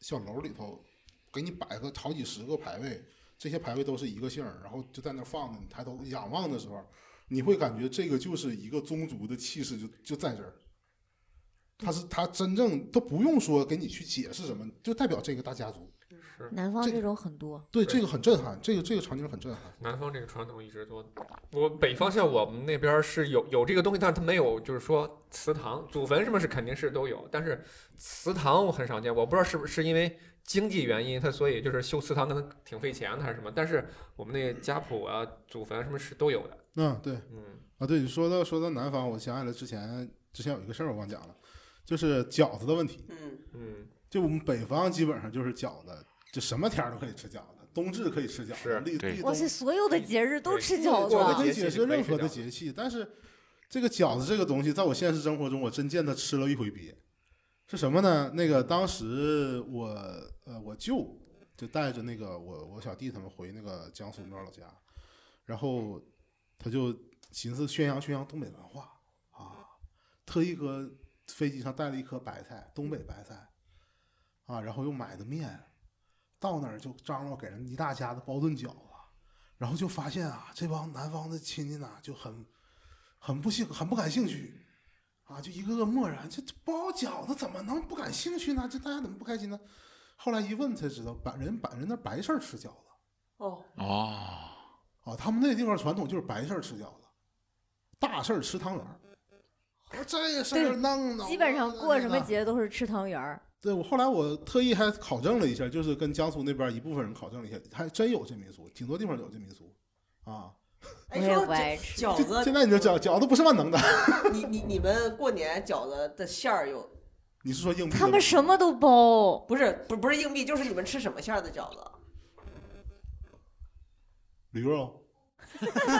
B: 小楼里头给你摆个好几十个牌位，这些牌位都是一个姓儿，然后就在那儿放着，你抬头仰望的时候，你会感觉这个就是一个宗族的气势就就在这儿。他是他真正都不用说给你去解释什么，就代表这个大家族。
D: 是
C: 南方
B: 这
C: 这种很多。
B: 对，
D: 对
B: 这个很震撼，这个这个场景很震撼。
D: 南方这个传统一直都，我北方像我们那边是有有这个东西，但是它没有，就是说祠堂、祖坟什么是肯定是都有，但是祠堂我很少见，我不知道是不是因为经济原因，它所以就是修祠堂可能挺费钱的还是什么，但是我们那个家谱啊、祖坟什么是都有的，
B: 嗯，对
D: 嗯
B: 啊，对，你说到说到南方，我想起来之前之前有一个事儿我忘讲了，就是饺子的问题。
A: 嗯，
D: 嗯，
B: 就我们北方基本上就是饺子，就什么天儿都可以吃饺子，冬至可以吃饺子
D: 是，
B: 立
E: 对
B: 立
C: 哇
B: 冬
C: 塞，所有的节日都
D: 对
C: 吃
D: 过
C: 饺
D: 过
B: 我
D: 个
B: 可
C: 子，
B: 以
D: 节
B: 解
D: 气
B: 释
D: 就可以
B: 任
D: 吃
B: 何的
D: 饺子
B: 节气，但是这个饺子这个东西，在我现实生活中，我真见他吃了一回瘪。是什么呢？那个当时我呃我舅就带着那个我我小弟他们回那个江苏那边老家，然后他就寻思宣扬宣扬东北文化啊，特意搁飞机上带了一颗白菜，东北白菜啊，然后又买的面，到那儿就张罗给人一大家子包顿饺子，然后就发现啊，这帮南方的亲戚呐、就很很不兴很不感兴趣啊，就一个个漠然，这这包饺子怎么能不感兴趣呢？这大家怎么不开心呢？后来一问才知道，白人白人那白事儿吃饺子
A: 哦，
E: 哦，
B: 啊，他们那地方传统就是白事儿吃饺子，大事儿吃汤圆儿。我说这事儿
C: 对
B: 弄的，
C: 基本上过什么
B: 节？
C: 节都是吃汤圆儿。
B: 对我后来我特意还考证了一下，就是跟江苏那边一部分人考证了一下，还真有这民俗，挺多地方有这民俗啊。
C: 我
A: 哎，
C: 也
A: 说
C: 不爱吃。
A: 饺
B: 就
A: 子，
B: 现在你就饺饺子不是万能的，
A: 你你你们过年饺子的馅儿有
B: 你是说硬币的吗？
C: 他们什么都 包，
A: 不是不不是硬币，就是你们吃什么馅儿的饺子？
B: 驴肉？
A: 真的假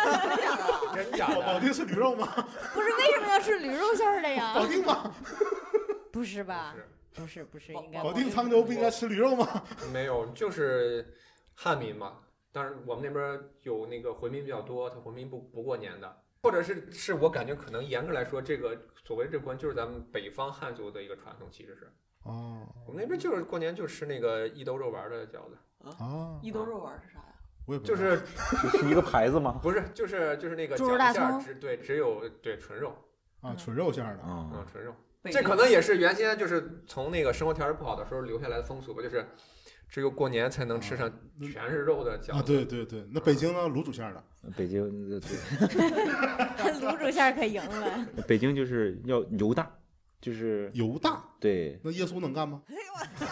A: 的？
D: 真假
B: 保保
D: 的？
B: 定是驴肉吗？
C: 不是为什么要吃驴肉馅儿的呀？
B: 保定吧，
C: 不是吧
D: 是？
C: 不是不是，
A: 保
C: 应该
B: 保
A: 保
B: 定
A: 定
B: 沧州不应该吃驴肉吗？
D: 没有，就是汉民嘛。当然，我们那边有那个回民比较多，他回民不不过年的，或者是是我感觉可能严格来说，这个所谓这关就是咱们北方汉族的一个传统，其实是
B: 哦
D: 我们那边就是过年就吃那个一兜肉丸儿的饺子，
B: 啊，
A: 一兜肉丸是啥呀？
B: 我也不
D: 就
B: 知道
D: 是
E: 是一个牌子吗？
D: 不是就是就是那个
C: 猪肉大
D: 饺子馅儿
C: 葱
D: 只对只有对纯肉
B: 啊，纯肉馅儿的，
E: 啊、
D: 啊纯肉，
A: 北
D: 这
A: 京
D: 可能也是原先就是从那个生活条件不好的时候留下来的风俗吧，就是只有过年才能吃上全是肉的饺
B: 啊，
D: 子。
B: 对对对，那北京呢，卤煮馅儿的，
E: 北京对，
C: 卤煮馅儿可赢了，
E: 北京就是要油大，就是
B: 油大，
E: 对，
B: 那耶稣能干吗？
C: 哎呀，我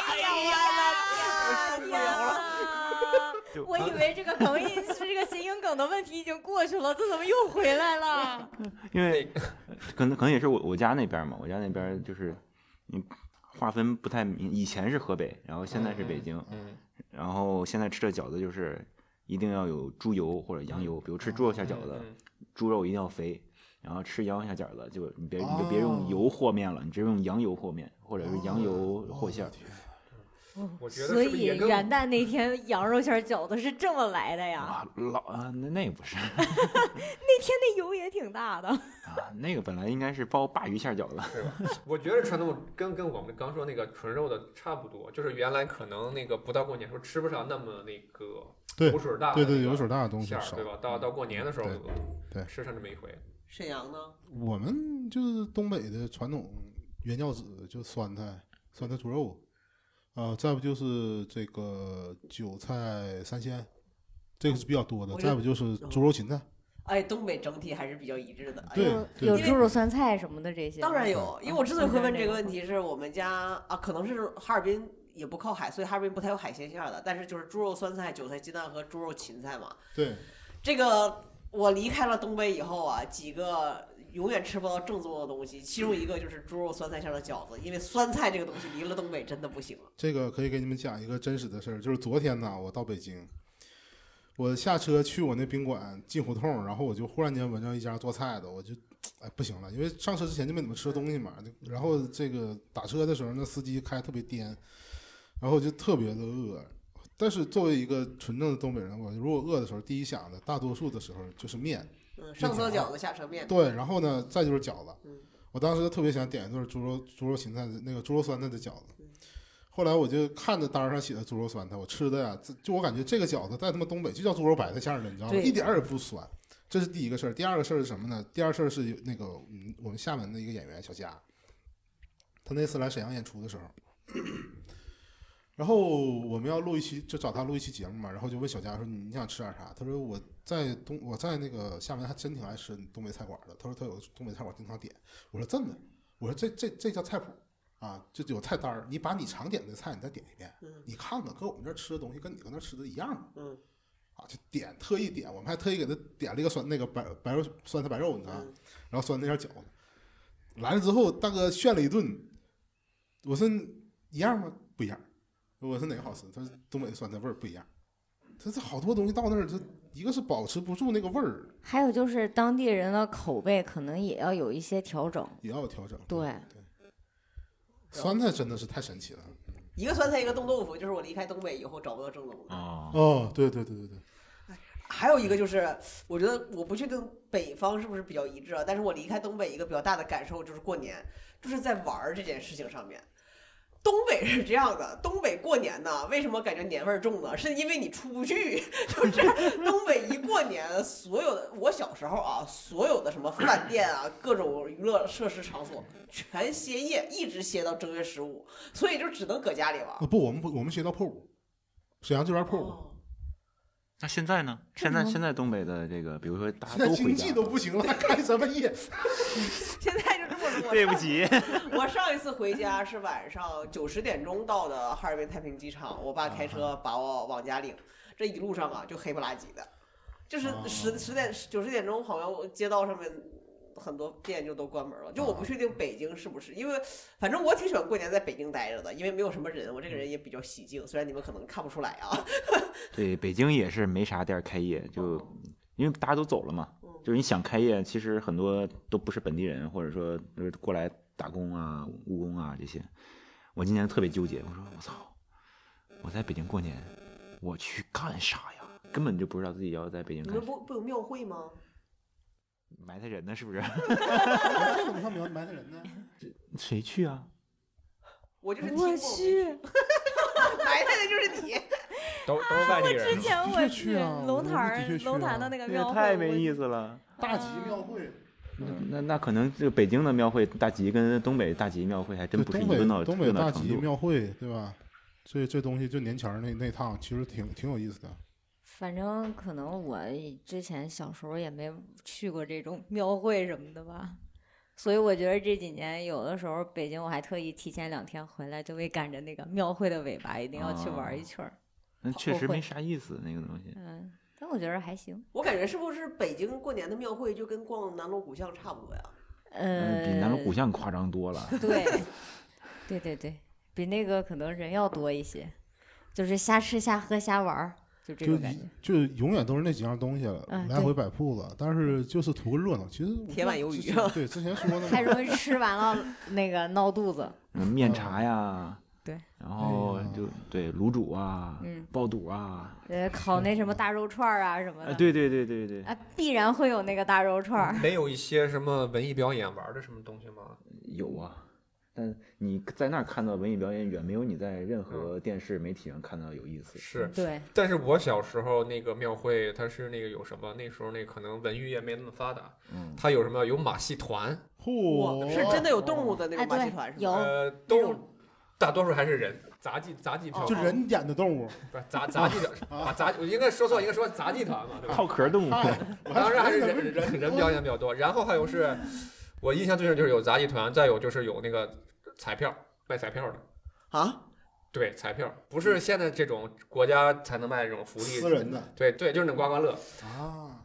C: 的天啊！
E: 就
C: 我以为这个梗已是这个谐音梗的问题已经过去了，这怎么又回来了？
E: 因为 可能可能也是我我家那边嘛，我家那边就是嗯划分不太明，以前是河北，然后现在是北京，
D: 嗯，
E: 然后现在吃的饺子就是一定要有猪油或者羊油，比如吃猪肉馅饺子，
D: 嗯
E: 猪肉一定要肥，然后吃羊肉馅饺子就你别你就
B: 哦
E: 别用油和面了，你直接用羊油和面或者是羊油和馅儿
B: 哦。
D: 我觉得
C: 所
D: 是不是
C: 以
D: 也跟
C: 元旦那天羊肉馅儿饺子是这么来的呀？
E: 啊，老啊，那那也不是
C: 那天那油也挺大的，
E: 啊，那个本来应该是包鲅鱼馅饺子，
D: 对吧？我觉得传统跟跟我们刚说那个纯肉的差不多，就是原来可能那个不到过年时候吃不上那么那个
B: 对
D: 油水大的
B: 对
D: 那
B: 对，
D: 个
B: 油水大的东西
D: 馅儿，
B: 少嗯
D: 对。吧？到到过年的时候
B: 对对
D: 吃上这么一回，
A: 沈阳呢？
B: 我们就是东北的传统原教旨，就酸菜、酸菜猪肉，啊、再不就是这个韭菜三鲜，这个是比较多的。
A: 我觉得
B: 再不就是猪肉芹菜，
A: 哎，东北整体还是比较一致的。哎
B: 对
A: 呦
C: 有
B: 对
C: 有
A: 因为
C: 猪肉酸菜什么的这些。啊
A: 当然有，因为我之所以会问这个问
C: 嗯
A: 题，是我们家啊，可能是哈尔滨也不靠海，所以哈尔滨不太有海鲜馅儿的，但是就是猪肉酸菜、韭菜鸡蛋和猪肉芹菜嘛。
B: 对，
A: 这个我离开了东北以后啊，几个永远吃不到正宗的东西，其中一个就是猪肉酸菜馅儿的饺子，因为酸菜这个东西离了东北真的不行了。
B: 这个可以给你们讲一个真实的事儿，就是昨天呢，我到北京，我下车去我那宾馆进胡同，然后我就忽然间闻着一家做菜的，我就哎不行了，因为上车之前就没怎么吃东西嘛，就然后这个打车的时候，那司机开特别颠，然后我就特别的饿。但是作为一个纯正的东北人，我如果饿的时候，第一想的大多数的时候就是面，
A: 嗯，上车饺子，下车面。
B: 对，然后呢，再就是饺子
A: 嗯。
B: 我当时就特别想点一顿猪肉猪肉芹菜的那个猪肉酸菜的饺子
A: 嗯，
B: 后来我就看着单儿上写的猪肉酸菜，我吃的呀、这就我感觉这个饺子在他们东北就叫猪肉白菜馅儿的，你知道吗？
A: 对
B: 一点儿也不酸。这是第一个事儿，第二个事儿是什么呢？第二事儿是有那个嗯我们厦门的一个演员小佳，他那次来沈阳演出的时候， 然后我们要录一期，就找他录一期节目嘛，然后就问小佳说你想吃点啥？他说我在东我在那个厦门还真挺爱吃东北菜馆的。他说他有东北菜馆经常点。我说真的，我说这这这叫菜谱啊，就有菜单儿，你把你常点的菜你再点一遍，
A: 嗯
B: 你看看跟我们这儿吃的东西跟你搁那儿吃的一样吗？
A: 嗯
B: 啊，就点特意点，我们还特意给他点了一个酸那个白白肉酸菜白肉，你知道吗？
A: 嗯，
B: 然后酸那点饺子。来了之后，大哥炫了一顿，我说一样吗？不一样。我说哪个好吃？他说东北的酸菜味儿不一样。他这好多东西到那儿，他一个是保持不住那个味儿，
C: 还有就是当地人的口味可能也要有一些调整。
B: 也要有调整。
C: 对，
B: 酸菜真的是太神奇了。
A: 一个酸菜，一个冻豆腐，就是我离开东北以后找不到正宗的。
E: 啊，
B: 哦，对对对对对，
A: 还有一个就是，我觉得我不确定北方是不是比较一致啊，但是我离开东北一个比较大的感受就是过年，就是在玩儿这件事情上面。东北是这样的，东北过年呢，为什么感觉年味儿重呢？是因为你出不去， 就是东北一过年，所有的我小时候啊，所有的什么饭店啊，各种娱乐设施场所全歇业，一直歇到正月十五，所以就只能搁家里玩儿
B: 啊。不，我们不我们学到破五，沈阳这边破五，
A: 哦
E: 那现在呢？现在现在东北的这个，比如说大
B: 现
E: 家
B: 在
E: 都
B: 经
E: 回
B: 济
E: 家，
B: 都不行了，还 开什么业？
A: 现在就这么说。
E: 对不起，
A: 我上一次回家是晚上九十点钟到的哈尔滨太平机场，我爸开车把我往家领，这一路上啊就黑不拉几的，就是
B: 啊
A: 十十点九十点钟好像我街道上面。很多店就都关门了，就我不确定北京是不是，因为反正我挺喜欢过年在北京待着的，因为没有什么人，我这个人也比较喜静，虽然你们可能看不出来啊。
E: 对，北京也是没啥店儿开业，就因为大家都走了嘛，
A: 嗯
E: 就是你想开业，其实很多都不是本地人，或者说就是过来打工啊、务工啊这些。我今年特别纠结，我说我操，我在北京过年，我去干啥呀？根本就不知道自己要在北京
A: 你
E: 干
A: 们
E: 啥，
A: 不不有庙会吗？
E: 埋汰人 呢是不是？
A: 哎
B: 这怎么上埋埋汰人呢？
E: 谁去啊？
A: 我就是听过
C: 我去，
A: 埋汰的就是你。
D: 都都是外地
F: 之
D: 人。
F: 前
B: 的
F: 我
B: 确去啊我
F: 龙
B: 的
F: 潭儿
B: 确去
F: 龙潭
B: 啊
F: 的那个
E: 这也
F: 庙会，
E: 太没意
F: 我。
E: 思了。
B: 大吉庙
C: 嗯
B: 会，
E: 那那可能这个北京的庙会大集跟东北大集庙会还真
B: 对
E: 不是
B: 东
E: 一个闹
B: 北东北
E: 热
B: 大
E: 闹程
B: 集
E: 度。
B: 庙会，对吧？这这东西就年前儿那那趟，其实挺挺有意思的。
C: 反正可能我之前小时候也没去过这种庙会什么的吧，所以我觉得这几年有的时候北京我还特意提前两天回来，就为赶着那个庙会的尾巴，一定要去
F: 啊
C: 玩一圈儿。
E: 那确实
C: 后
E: 没
C: 悔
E: 啥意思，那个东西。
C: 嗯，但我觉得还行。
A: 我感觉是不是北京过年的庙会就跟逛南锣鼓巷差不多呀？
E: 嗯，比南锣鼓
C: 巷
E: 巷夸张多了。
C: 对，对对对，比那个可能人要多一些，就是瞎吃瞎喝瞎玩儿，就这
B: 就
C: 种感
B: 一
C: 觉。
B: 就永远都是那几样东西了，
C: 嗯
B: 来回摆铺子，但是就是图个热闹。其实我
A: 铁板鱿鱼啊
B: 之前对，之前说 的
C: 太容易吃完了那个闹肚子。
E: 嗯，面茶呀，
C: 对，
E: 然后
B: 哎呀
E: 就对卤煮啊，
C: 嗯，
E: 爆肚啊，
C: 呃，烤那什么大肉串儿啊什么
B: 哎
E: 啊，
C: 的，
E: 对对对对对，
C: 啊，必然会有那个大肉串儿。
D: 没有一些什么文艺表演玩的什么东西吗？
E: 有啊。但你在那儿看到文艺表演，远没有你在任何电视媒体上看到有意思。
B: 嗯
D: 是，
C: 对，
D: 但是我小时候那个庙会，它是那个有什么？那时候那可能文娱也没那么发达，
E: 嗯，
D: 它有什么？有马戏团，
B: 嚯，
A: 是真的有动物的那
C: 哎，
A: 种马
C: 对
A: 戏团，是吗？
F: 哦
C: 有
D: 呃，都大多数还是人，杂技杂技团，
B: 就人演的动物，
D: 不是杂 杂技的，啊杂，我应该说错，应该说杂技团嘛，对吧？
E: 套壳动物，
B: 哎，我
D: 当然还是
B: 说呢
D: 人人人表演比较多，然后还有是，我印象最深就是有杂技团，再有就是有那个彩票卖彩票的，
A: 啊，
D: 对彩票，不是现在这种国家才能卖这种福
B: 嗯私
D: 利，
B: 人的
D: 对对，就是那种刮刮乐，
B: 啊，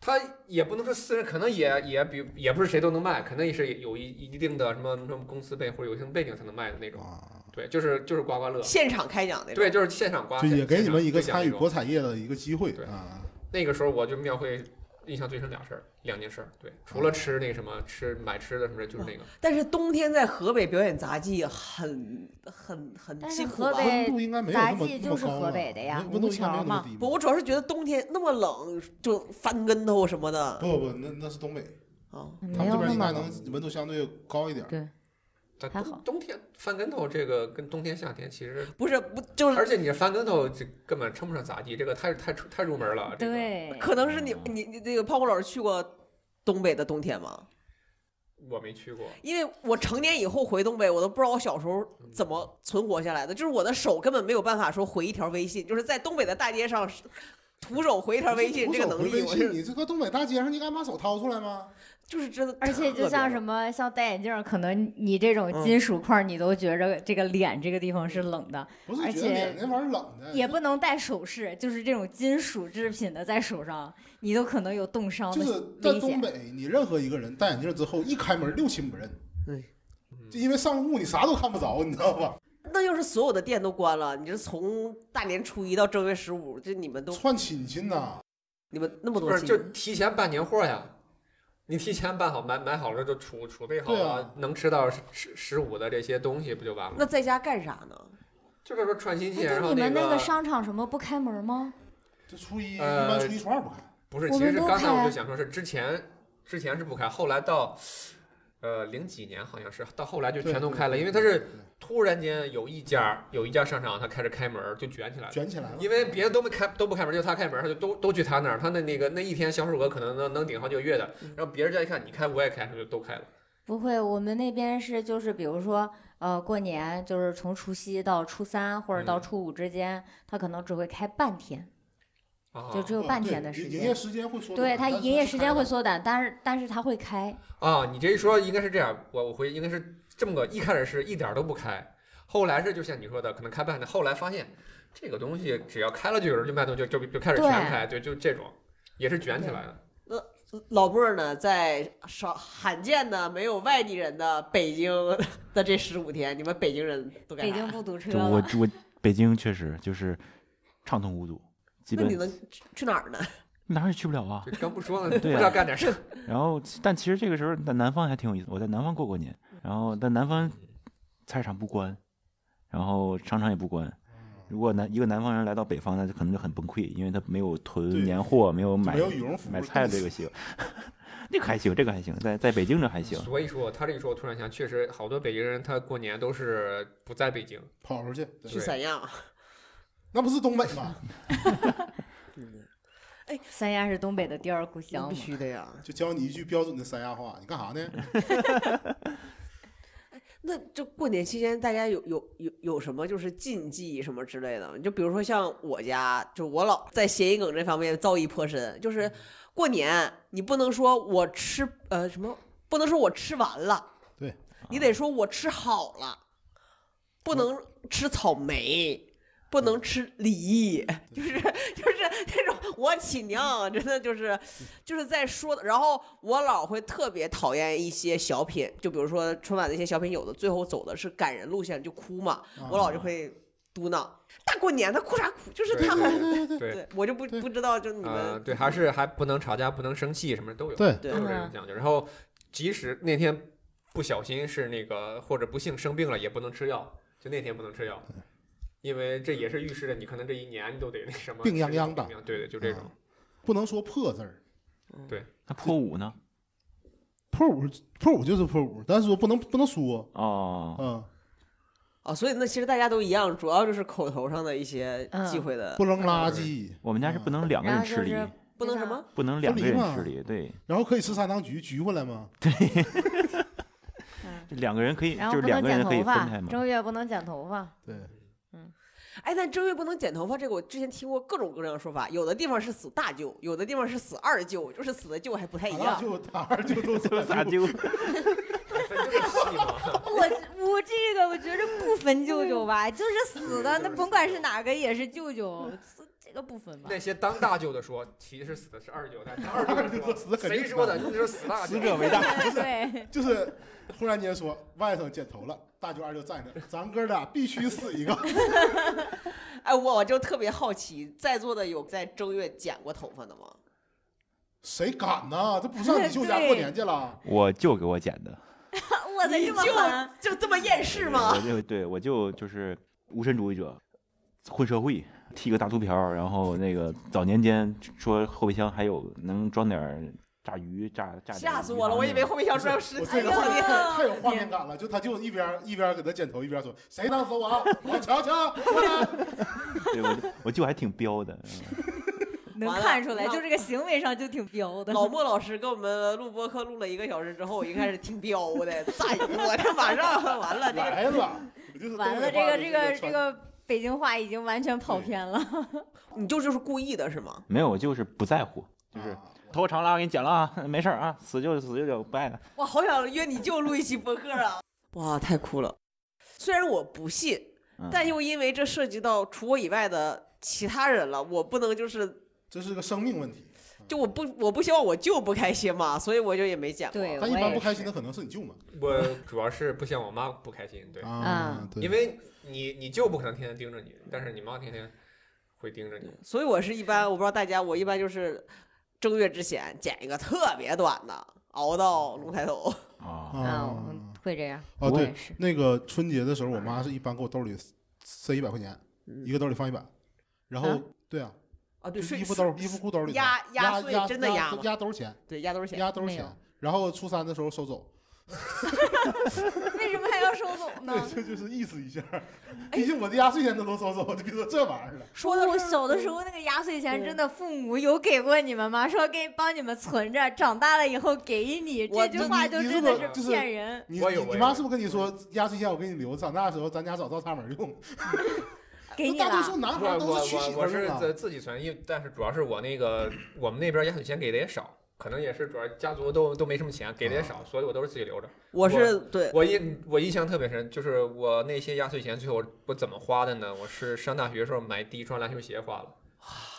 D: 他也不能说私人，可能也也比也不是谁都能卖，可能也是有一一定的什么什么公司背或者有一定背景才能卖的那种。
B: 啊，
D: 对，就是就是刮刮乐，
A: 现场开奖那种。
D: 对，，就是现场刮。
B: 就也给你们一个
D: 现场
B: 参与
D: 兑奖那
B: 博
D: 种。
B: 彩业的一个机会
D: 对
B: 啊。
D: 那个时候我就庙会印象最深俩事儿，两件事儿。对，除了吃那个什么吃买吃的什么的，就是那个。
C: 哦
A: 但是冬天在河北表演杂技很很很
C: 但是
A: 辛苦啊
C: 河
A: 吧？
C: 北
B: 温度应该没有那么
C: 杂技就是
B: 那么高
C: 河北的呀
B: 了温度应该没有那么
C: 吴桥嘛
B: 低吧
A: 不，我主要是觉得冬天那么冷，就翻跟头什么的。
B: 不不，那那是东北，
A: 啊，
B: 他
C: 没
B: 们这
C: 有
B: 边
C: 那
B: 应该
C: 么
B: 能温度相对高一点。
C: 对，
D: 但
C: 还
D: 冬
C: 好
D: 冬天翻跟头这个跟冬天夏天其实，
A: 不是不就是
C: 嗯
D: 而且你翻跟头这根本称不上杂技，这个太太出太入门了。这个，
C: 对，
A: 可能是
D: 嗯
A: 你你你那个泡泡老师去过东北的冬天吗？
D: 我没去过。
A: 因为我成年以后回东北，我都不知道我小时候怎么存活下来的，就是我的手根本没有办法说回一条微信，就是在东北的大街上徒手回一条微信
B: 徒
A: 这个
B: 手
A: 能
B: 回
A: 力，
B: 微
A: 我
B: 信，
A: 是
B: 你这个东北大街上，你敢把手掏出来吗？
A: 就是真的，
C: 而且就像什
A: 么。
C: 么像戴眼镜儿，可能你
B: 嗯
C: 这种金属块儿，你都觉着这个脸这个地方是冷的，
B: 不是
C: 而
B: 觉得
C: 且
B: 脸那玩意儿冷的，
C: 也不能戴首饰，就是这种金属制品的在手上，你都可能有冻伤
B: 就
C: 的
B: 是在
C: 危
B: 东
C: 险。
B: 北，你任何一个人戴眼镜之后一开门六亲不认，
D: 嗯
B: 就因为上雾你啥都看不着，你知道吧？
A: 那要是所有的店都关了，你这从大年初一到正月十五，这你们都
B: 串亲戚呐，
A: 你们那么
D: 不
A: 多
D: 是，
A: 亲
D: 就
A: 戚，
D: 提前办年货呀。你提前办好买买好了就储储备好
B: 对
D: 了，
B: 啊
D: 能吃到十十十五的这些东西不就完了？
A: 那在家干啥呢？
D: 就是说串亲戚，
C: 哎
D: 然后
C: 你们
D: 那
C: 那个商场什么不开门吗？
B: 这初一一
D: 呃
B: 般初一初二不开，
D: 不是，
C: 我
D: 其
C: 们
D: 实是
C: 都
D: 刚才
C: 开
D: 我
C: 啊
D: 就想说，是之前之前是不开，后来到呃零几年好像是到后来就
B: 对
D: 全都
B: 对
D: 开了，
B: 对
D: 因为它是
B: 对
D: 突然间有一家有一家商场它开始开门儿就卷起来了。
B: 卷起来了，
D: 因为别的都没开，都不开门，就他开门，他就都都去他那儿。他那那个那一天销售额可能能能顶好几个月的
A: 嗯。
D: 然后别人家一看，你开我也开，他就都开了。
C: 不会，我们那边是就是比如说，呃，过年就是从除夕到初三或者到
D: 嗯
C: 初五之间，它可能只会开半天，
D: 啊
C: 就只有
B: 有
C: 半天的时
B: 营业
C: 间。
B: 时间会缩短，
C: 对它
B: 但是
C: 营业
B: 是
C: 时
B: 开
C: 间会
B: 的
C: 缩短，但是但是它会开，
D: 啊，你这一说应该是这样，我我回应该是这么个，一开始是一点儿都不开，后来是就像你说的，可能开半天，后来发现这个东西只要开了就有人就卖东西，就就就开始全开，对，就这种也是卷起来的。
A: 老莫呢，在少罕见的没有外地人的北京的这十五天，你们北京人都干
C: 北
A: 啥？
C: 京不啊堵车
E: 就我
C: 了。
E: 我北京确实就是畅通无阻，基
A: 那你
E: 本
A: 能去去哪儿呢？
E: 哪儿也去不了啊。
D: 就刚不 说呢，不
E: 对啊
D: 知道干点啥。
E: 然后，但其实这个时候在南方还挺有意思。我在南方过过年，然后但南方菜市场不关，然后商场也不关。
B: 嗯
E: 如果南一个南方人来到北方，那就可能就很崩溃，因为他没有囤
B: 对
E: 年货，没有买
B: 没有羽绒服
E: 买
B: 是
E: 菜
B: 冻
E: 这
B: 死
E: 个习惯。 那个还行，这个还行，在在北京这还行。
D: 所以说，他这一说，我突然想，确实好多北京人他过年都是不在北京，
B: 跑出去，对
A: 去三亚。
B: 那不是东北吗？
C: 三亚是东北的第二故乡
A: 必
C: 嘛，
A: 须的呀。
B: 就教你一句标准的三亚话，你干啥呢？
A: 那这过年期间，大家有有有有什么就是禁忌什么之类的吗？就比如说像我家，就我老在谐音梗这方面造诣颇深，就是过年你不能说我吃呃什么，不能说我吃完了，
B: 对
A: 你得说我吃好了，不能吃草莓。不能吃梨， 就是就是那种我起娘，真的就是就是在说的。然后我老会特别讨厌一些小品，就比如说春晚的一些小品，有的最后走的是感人路线，就哭嘛，
B: 啊
A: 我
B: 嗯
A: 老就会嘟囔：大过年的哭啥哭？就是
D: 对
A: 他们，
B: 对对
D: 对
A: 对我就不
B: 对
A: 不知道，就你
D: 呃，
A: 们
D: 对，还是还不能吵架，不能生气，什么都有，
B: 对
A: 对
D: 都有这种
C: 嗯
D: 讲究。然后，即使那天不小心是那个或者不幸生病了，也不能吃药，就那天不能吃药，
B: 嗯
D: 因为这也是预示着你可能这一年你都得那什么
B: 病殃
D: 吃
B: 殃的
D: 病对对，就这种。
B: 嗯不能说破字儿，
E: 那破五呢？
B: 破五破五就是破五，但是说不能不能说，
E: 哦，
B: 嗯，
A: 哦，所以那其实大家都一样，主要就是口头上的一些
C: 嗯
A: 忌讳的，
B: 不扔垃圾，
E: 我们家是不能两个
C: 然
E: 人
C: 后
E: 吃
C: 就
E: 梨，
C: 是
A: 不能什么。
E: 不能两个
B: 分
E: 人
B: 离嘛
E: 吃梨，对，
B: 然后可以吃砂糖橘，橘回来吗？
E: 这两个人可以，
C: 然后
E: 就是
C: 不
E: 两
C: 能
E: 个人
C: 剪
E: 可以
C: 头
E: 分开
C: 发，
E: 嘛。
C: 正月不能剪头发，
B: 对，
A: 哎，但正月不能剪头发，这个我之前听过各种各样的说法，有的地方是死大舅，有的地方是死二舅，就是死的舅还不太一
B: 打蜡
A: 样。
B: 就打二就 都
E: 这咋 就
B: 嗯
D: 分这么细吗？
C: 我 我这个我觉着不分舅舅吧，就是死的，那甭管是哪个也是舅舅，这这个不分吧
D: 那。些当大舅的说，其实死的是二舅，但是二 舅
B: 死的
D: 说
B: 肯定
D: 谁
B: 是
D: 说
B: 大
D: 的？
B: 舅
D: 那就是死大舅
B: 嗯
E: 死。者为大？？
C: 对，
B: 就是忽然间说外甥剪头了，大舅二舅站着，咱哥俩必须死一个。
A: 哎，我我就特别好奇，在座的有在正月剪过头发的吗？
B: 谁敢呐？这不上你舅家过年去了
E: 我舅给我剪的，
C: 我的
A: 你
C: 这么狠，
A: 就就这么厌世吗
E: 我？就对我舅就是无神主义者，混社会，剃个大秃瓢儿，然后那个早年间说后备箱还有能装点儿炸鱼、炸炸点
A: 吓死
E: 鱼
A: 我了！
E: 汤
A: 我以
E: 那
A: 为
E: 种
A: 后备箱装有尸
B: 我
A: 体
B: 这
A: 呢
B: 个
C: 哎
B: 画 面
C: 呀呀
B: 太有画面感了，就他舅一边一边给他剪头，一边说：“谁当猴王？我瞧瞧，过来。
E: 对我舅我舅还挺 彪的，
C: 能
A: 完了
C: 看出来，就这个行为上就挺彪 的。
A: 老莫老师跟我们录播课录了一个小时之后，我一开始挺彪的， 咋我这马上完了，这个
B: 来 了。”我就是
C: 完了，
B: 东
C: 这
B: 北话
C: 个
B: 就
C: 这
B: 是
C: 个这
B: 传
C: 个北京话已经完全跑偏了。
A: 你就就是故意的是吗？
E: 没有我舅是不在乎，就是
B: 啊
E: 哦头发长了我给你剪了啊，没事儿啊，死就死就不爱了。
A: 哇，好想约你舅录一期播客啊！哇，太酷了！虽然我不信，
E: 嗯
A: 但又因为这涉及到除我以外的其他人了，我不能就是
B: 这是个生命问题。
A: 就我不我不希望我舅不开心嘛，所以我就也没讲过。
C: 对
B: 但一般不开
C: 我也是
B: 心的可能是你舅嘛。
D: 我主要是不想我妈不开心，对，
C: 嗯
B: 啊，对
D: 因为你你舅不可能天天盯着你，但是你妈天天会盯着你。
A: 所以我是一般我不知道大家，我一般就是正月之前剪一个特别短的，熬到龙抬头。
E: 啊，哦
C: 啊，
B: 啊
C: 我们会这样，
B: 啊，
C: 我
B: 对
C: 也，是。
B: 那个春节的时候，我妈是一般给我兜里塞一百块钱，
A: 嗯
B: 一个兜里放一百，然
A: 啊
B: 后对啊，
A: 啊，对，
B: 就
A: 睡
B: 衣服兜、衣服裤兜里头
A: 压压
B: 压
A: 岁
B: 压
A: 真的压
B: 压
A: 吗
B: 压兜钱，
A: 对压兜儿钱。
B: 压兜
C: 没有
B: 钱。然后初三的时候收走，
C: 为什么还要收走呢？
B: 对，这就是意思一下。
C: 哎
B: 毕竟我的压岁钱都能收走，就别说这玩意儿了。
A: 说的
C: 我
A: 是嗯
C: 小的时候那个压岁钱，真的父母有给过你们吗？说给帮你们存着，长大了以后给你，
A: 我
C: 这句
B: 就
C: 话
B: 你
C: 就
B: 你
C: 真
B: 这
C: 的
B: 么就是
C: 是骗人。
B: 你
D: 我有
B: 你
D: 我
B: 你
D: 有
B: 妈是不是跟你说压岁钱我给你留着，长大的时候咱家找倒插门用？
C: 给你
B: 大多
C: 了，
B: 数男
D: 我
B: 啊孩都
D: 我
B: 是娶媳
D: 我
B: 妇儿
D: 我是
B: 用
D: 自
B: 的。
D: 自己存，因为但是主要是我那个我们那边压岁钱给的也少，可能也是主要家族都都没什么钱，给的也少，所以我都是自己留着。
A: 我是对
D: 我印我印象特别深，就是我那些压岁钱最后我我怎么花的呢？我是上大学的时候买第一双篮球鞋花了，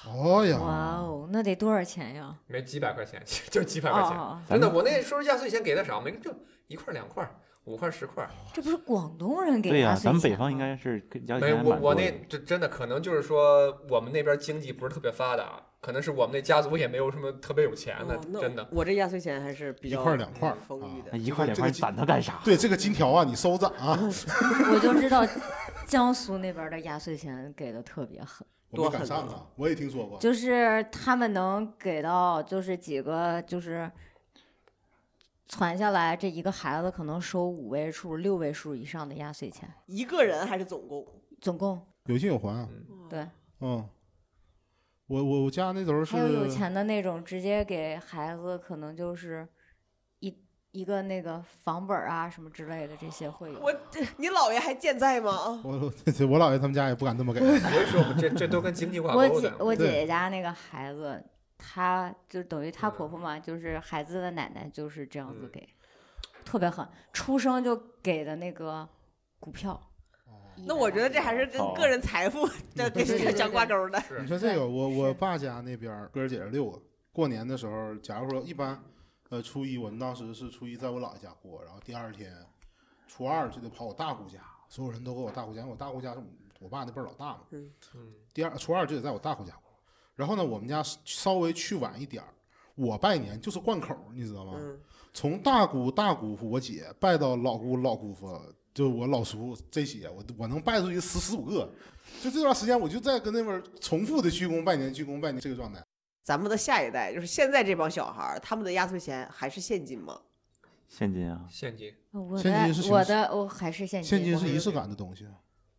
B: 哦
C: 哇
B: 呀，
C: 哦，那得多少钱呀？
D: 没几百块钱， 其实就几百
C: 哦
D: 块钱。
C: 哦，
E: 咱
D: 真的，
E: 们
D: 我那时候压岁钱给的少，没就一块儿两块儿，五块儿十块儿。
C: 哦这不是广东人给
E: 对
A: 啊
E: 呀、
C: 压岁钱吗？
E: 咱们北方应该是跟压岁
D: 没
E: 钱
D: 有，我
E: 还蛮
D: 我
E: 多
D: 那
E: 的
D: 这真的可能就是说，我们那边经济不是特别发达，可能是我们那家族也没有什么特别有钱的
A: 哦，那
D: 真的。
A: 我这压岁钱还是比
B: 一
A: 较嗯
B: 块儿两块儿
A: 丰裕
B: 啊
A: 的
E: 那。一块
B: 这个
E: 两块
B: 这个
E: 攒它干啥？
B: 对这个金条啊，你收着啊，
C: 我就知道江苏那边的压岁钱给的特别狠，
B: 我
A: 多
B: 没敢
A: 狠
B: 上
A: 啊
B: 哦啊，我也听说过。
C: 就是他们能给到就是几个就是传下来，这一个孩子可能收五位数、六位数以上的压岁钱，
A: 一个人还是总共？
C: 总共
B: 有进有还啊。
C: 对。
B: 嗯，我我我家那头是
C: 还有有钱的那种，直接给孩子可能就是一一个那个房本儿啊什么之类的，这些会有。
A: 我 这你姥爷还健在吗？啊
B: 我 我姥爷他们家也不敢这么给，
C: 嗯
D: 所以说这这都跟经济挂
C: 我
D: 钩
C: 姐
D: 的。
C: 我姐
B: 对
C: 姐家那个孩子，她就等于她
D: 嗯
C: 婆婆嘛，就是孩子的奶奶就是这样子
D: 嗯
C: 给，特别狠，出生就给的那个股票。
B: 哦
A: 那我觉得这还是跟
E: 好
A: 个人财富这跟
C: 对对对
A: 相挂钩的。
D: 是
B: 你说这个，我
C: 是
B: 我爸家那边儿哥儿姐儿六个，过年的时候，假如说一般，呃，初一我们当时是初一在我姥爷家过，然后第二天，初二就得跑我大姑家，所有人都搁我大姑家，因为我大姑家是我爸那辈儿老大嘛，
D: 嗯，
B: 第二初二就得在我大姑家过。然后呢，我们家稍微去晚一点儿，我拜年就是贯口儿，你知道吗？
A: 嗯，
B: 从大姑大姑父我姐拜到老姑老姑父，就我老叔这些，我我能拜出去十十五个。就这段时间，我就在跟那边儿重复的鞠躬拜年、鞠躬拜年这个状态。
A: 咱们的下一代就是现在这帮小孩儿，他们的压岁钱还是现金吗？
E: 现金啊，
D: 现金
C: 我
B: 现
C: 的
B: 金是
C: 我
B: 形
C: 的我还是现金，
B: 现金
C: 我
B: 是
C: 还
B: 仪式感的东西，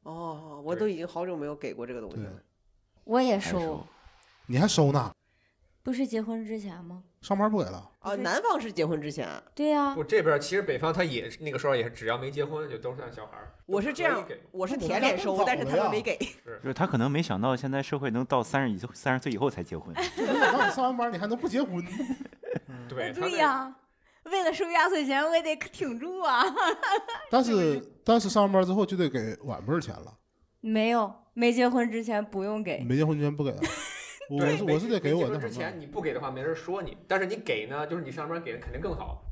A: 哦，我都已经好久没有给过这个东西
B: 对
A: 了。
C: 我也
E: 还收
C: 收，
B: 你还收呢？
C: 不是结婚之前吗？
B: 上班不给了？
A: 啊，
C: 对
A: 南方是结婚之前，
C: 对呀、
D: 不这边儿其实北方他也是那个时候也是只要没结婚就都算小孩儿。
A: 我是这样
D: 都可以给，
A: 我是
B: 那你
A: 舔
B: 们家
A: 脸
B: 更
A: 收
B: 早，
A: 但是
B: 了
A: 他们
B: 呀
A: 没给。
E: 就是他可能没想到现在社会能到三十以三十岁以后才结 婚，
B: 就是我让你上完班，你还能不结婚？
D: 对，他那
C: 哎对呀、为了收压岁钱，我也得挺住啊。
B: 但是但是上完班之后就得给晚辈儿钱了，
C: 没有，没结婚之前不用给。
B: 没结婚之前不给 啊。我
D: 对
B: 是
D: 没
B: 我是得给
D: 没结
B: 我
D: 婚
B: 那
D: 之
B: 什么啊
D: 前，你不给的话没人说你，但是你给呢，就是你上班给人肯定更好，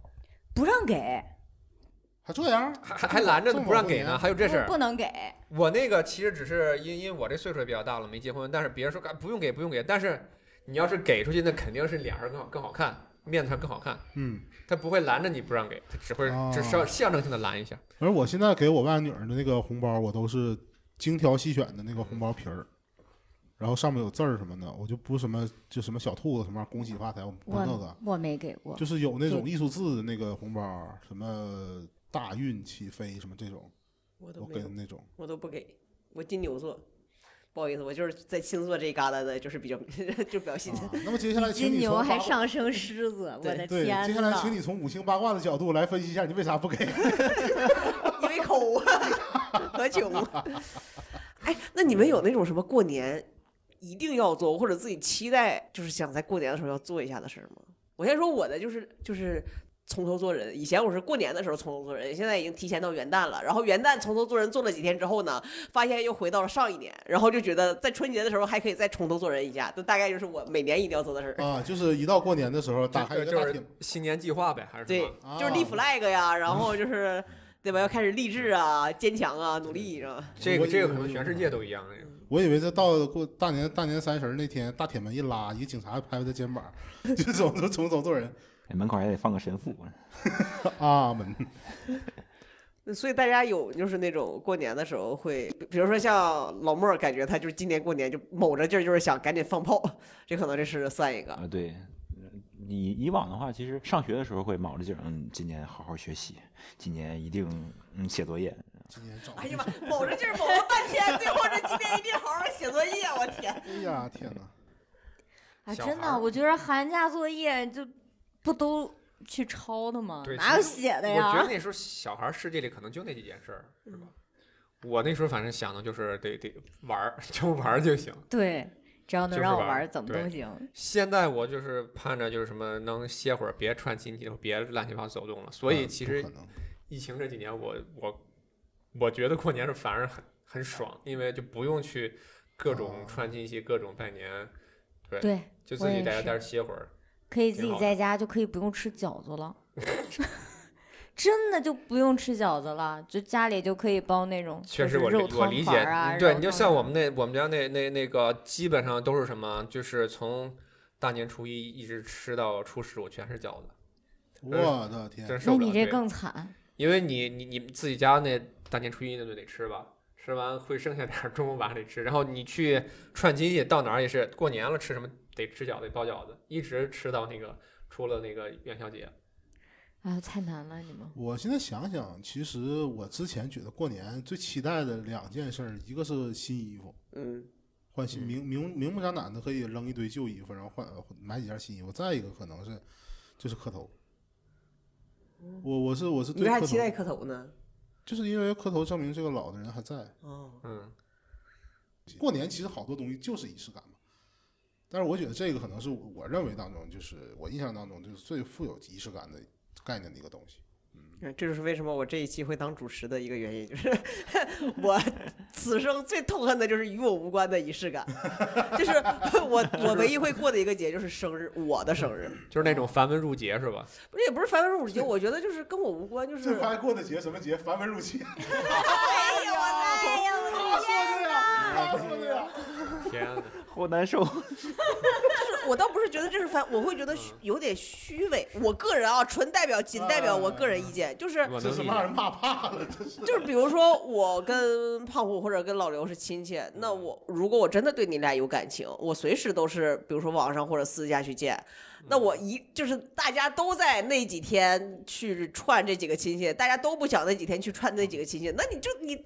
C: 不让给，
B: 还这样？
D: 还还还拦着
B: 这
D: 呢
B: 么啊
D: 不让
B: 过
D: 给
B: 年
D: 呢，还有这事儿
C: 不。不能给，
D: 我那个其实只是因因为我这岁数也比较大了，没结婚，但是别人说啊不用给不用给，但是你要是给出去，那肯定是脸上更好更好看，面子上更好看，
B: 嗯，
D: 他不会拦着你不让给，他只会
B: 哦
D: 只是要象征性的拦一下。
B: 而我现在给我外女儿的那个红包，我都是精挑细选的那个红包皮儿，然后上面有字儿什么的，我就不什么就什么小兔子什么玩意儿恭喜发财，我不那个
C: 我，我没给过。
B: 就是有那种
C: 对
B: 艺术字的那个红包，什么大运起飞什么这种，
A: 我都
B: 我
A: 没
B: 给
A: 有
B: 的，那 种。
A: 我都不给。我金牛座，不好意思，我就是在星座这一旮瘩的，就是比较 就比较心。
B: 啊，那么接下来请
C: 金
B: 你从
C: 牛还
B: 八卦
C: 上升狮子，我的
B: 对，
C: 天
B: 接下来请你从五行八卦的角度来分析一下，你为啥不给？
A: 因为抠和穷。 哎，那你们有那种什么过年一定要做，或者自己期待，就是想在过年的时候要做一下的事儿吗？我先说我的，就是就是从头做人。以前我是过年的时候从头做人，现在已经提前到元旦了。然后元旦从头做人做了几天之后呢，发现又回到了上一年，然后就觉得在春节的时候还可以再从头做人一下。这大概就是我每年一定要做的事儿。
B: 啊，就是一到过年的时候，打开
D: 这
B: 一个
D: 就
B: 大
D: 是
B: 屏，
D: 新年计划呗，还是什
A: 对
D: 么？，
B: 啊
A: 就是立 flag 呀，然后就是。对吧？要开始励志啊，坚强啊，努力啊。
D: 这
B: 我
D: 个
B: 以
D: 这个
B: 为
D: 可能全世界都一样。这个
B: 我以为这到过大年大年三十儿那天，大铁门一拉，一警察拍拍他肩膀，就走就从走做人
E: 门口还得放个神父。
B: 啊门。
A: 那所以大家有就是那种过年的时候会，比如说像老莫儿，感觉他就是今年过年就卯着劲儿，就是想赶紧放炮，这可能这是算一个。
E: 啊，对，以以往的话，其实上学的时候会卯着劲儿，嗯，今年好好学习，今年一定嗯写作业。
B: 今年找，
A: 哎呀妈，卯着劲儿卯了半天，最后这今天一定好好写作业，我天！
B: 哎呀天哪！
C: 啊，
D: 小
C: 真
D: 孩
C: 的，
D: 儿
C: 我觉得寒假作业就不都去抄的吗
D: 对？
C: 哪
D: 其
C: 有
D: 实
C: 写的
D: 我觉
C: 呀
D: 得？那时候小孩儿世界里可能就那几件事儿，
C: 嗯
D: 是吧？我那时候反正想的就是得得玩儿， 就玩儿就行。
C: 对，只要
D: 就
C: 能
D: 是
C: 让我
D: 玩
C: 玩
D: 儿
C: 儿，怎么都
D: 对
C: 行。
D: 现在我就是盼着就是什么能歇会儿，别串亲戚，别乱七八糟走动了。 所以
B: 嗯
D: 其
B: 不
D: 实
B: 可能
D: 疫情这几年我，我我觉得过年是反而很很爽，因为就不用去各
B: 哦
D: 种串亲戚，各种拜年，
C: 对，
D: 就
C: 我
D: 自己
C: 也
D: 在家
C: 是
D: 待着歇会儿。
C: 可以自
D: 挺
C: 己
D: 好
C: 在家就可以不用吃饺子了， 真的就不用吃饺子了，就家里就可以包那种，
D: 确
C: 实
D: 实我理
C: 肉
D: 我
C: 汤
D: 理解
C: 团儿啊，
D: 你，
C: 肉
D: 对你就
C: 汤
D: 像
C: 圆
D: 我
C: 儿
D: 们那我们家那那那个，基本上都是什么，就是从大年初一一直吃到初十五，全是饺子，
B: 我的天
D: 真，受
C: 那
D: 不了。
C: 你这
D: 对
C: 更惨，
D: 因为你你你自己家那大年初一那顿得吃吧，吃完会剩下点儿， 中午晚上得吃。然后你去串亲戚，到哪儿也是过年了吃什么得吃饺子，得包饺子，一直吃到那个出了那个元宵节。
C: 哎呦，太难了，你们。
B: 我现在想想，其实我之前觉得过年最期待的两件事儿，一个是新衣服，
A: 嗯，
B: 换新
E: 嗯
B: 明明明目张胆的可以扔一堆旧衣服，然后换买几件新衣服。再一个可能是就是磕头，我我是我是
A: 你
B: 对
A: 为啥
B: 磕
A: 期待
B: 头，
A: 磕头呢？
B: 就是因为磕头证明这个老的人还在。
A: 哦，
D: 嗯，
B: 过年其实好多东西就是仪式感嘛，但是我觉得这个可能是我我认为当中就是我印象当中就是最富有仪式感的概念的一个东西。
A: 嗯这就是为什么我这一期会当主持的一个原因，就是 我此生最痛恨的就是与我无关的仪式感， 就是我我唯一会过的一个节就是生日，我的生日，
D: 就是那种繁文缛节是吧？
A: 不是也不是繁文缛节，我觉得就是跟我无关，就是
B: 这拍过的节什么节？繁文缛节。
C: 哎呀，我
B: 他说的呀，他说的呀。
D: 天哪，
E: 好难受。
A: 就是我倒不是觉得这是反，我会觉得虚有点虚伪。我个人啊，纯代表仅代表我个人意见，就是
D: 我
B: 这
D: 能
B: 是
D: 理
B: 让
D: 解。
B: 人骂怕了，这是。
A: 就是比如说我跟胖虎或者跟老刘是亲戚，那我如果我真的对你俩有感情，我随时都是比如说网上或者私下去见。那我一就是大家都在那几天去串这几个亲戚，大家都不想那几天去串那几个亲戚，那你就你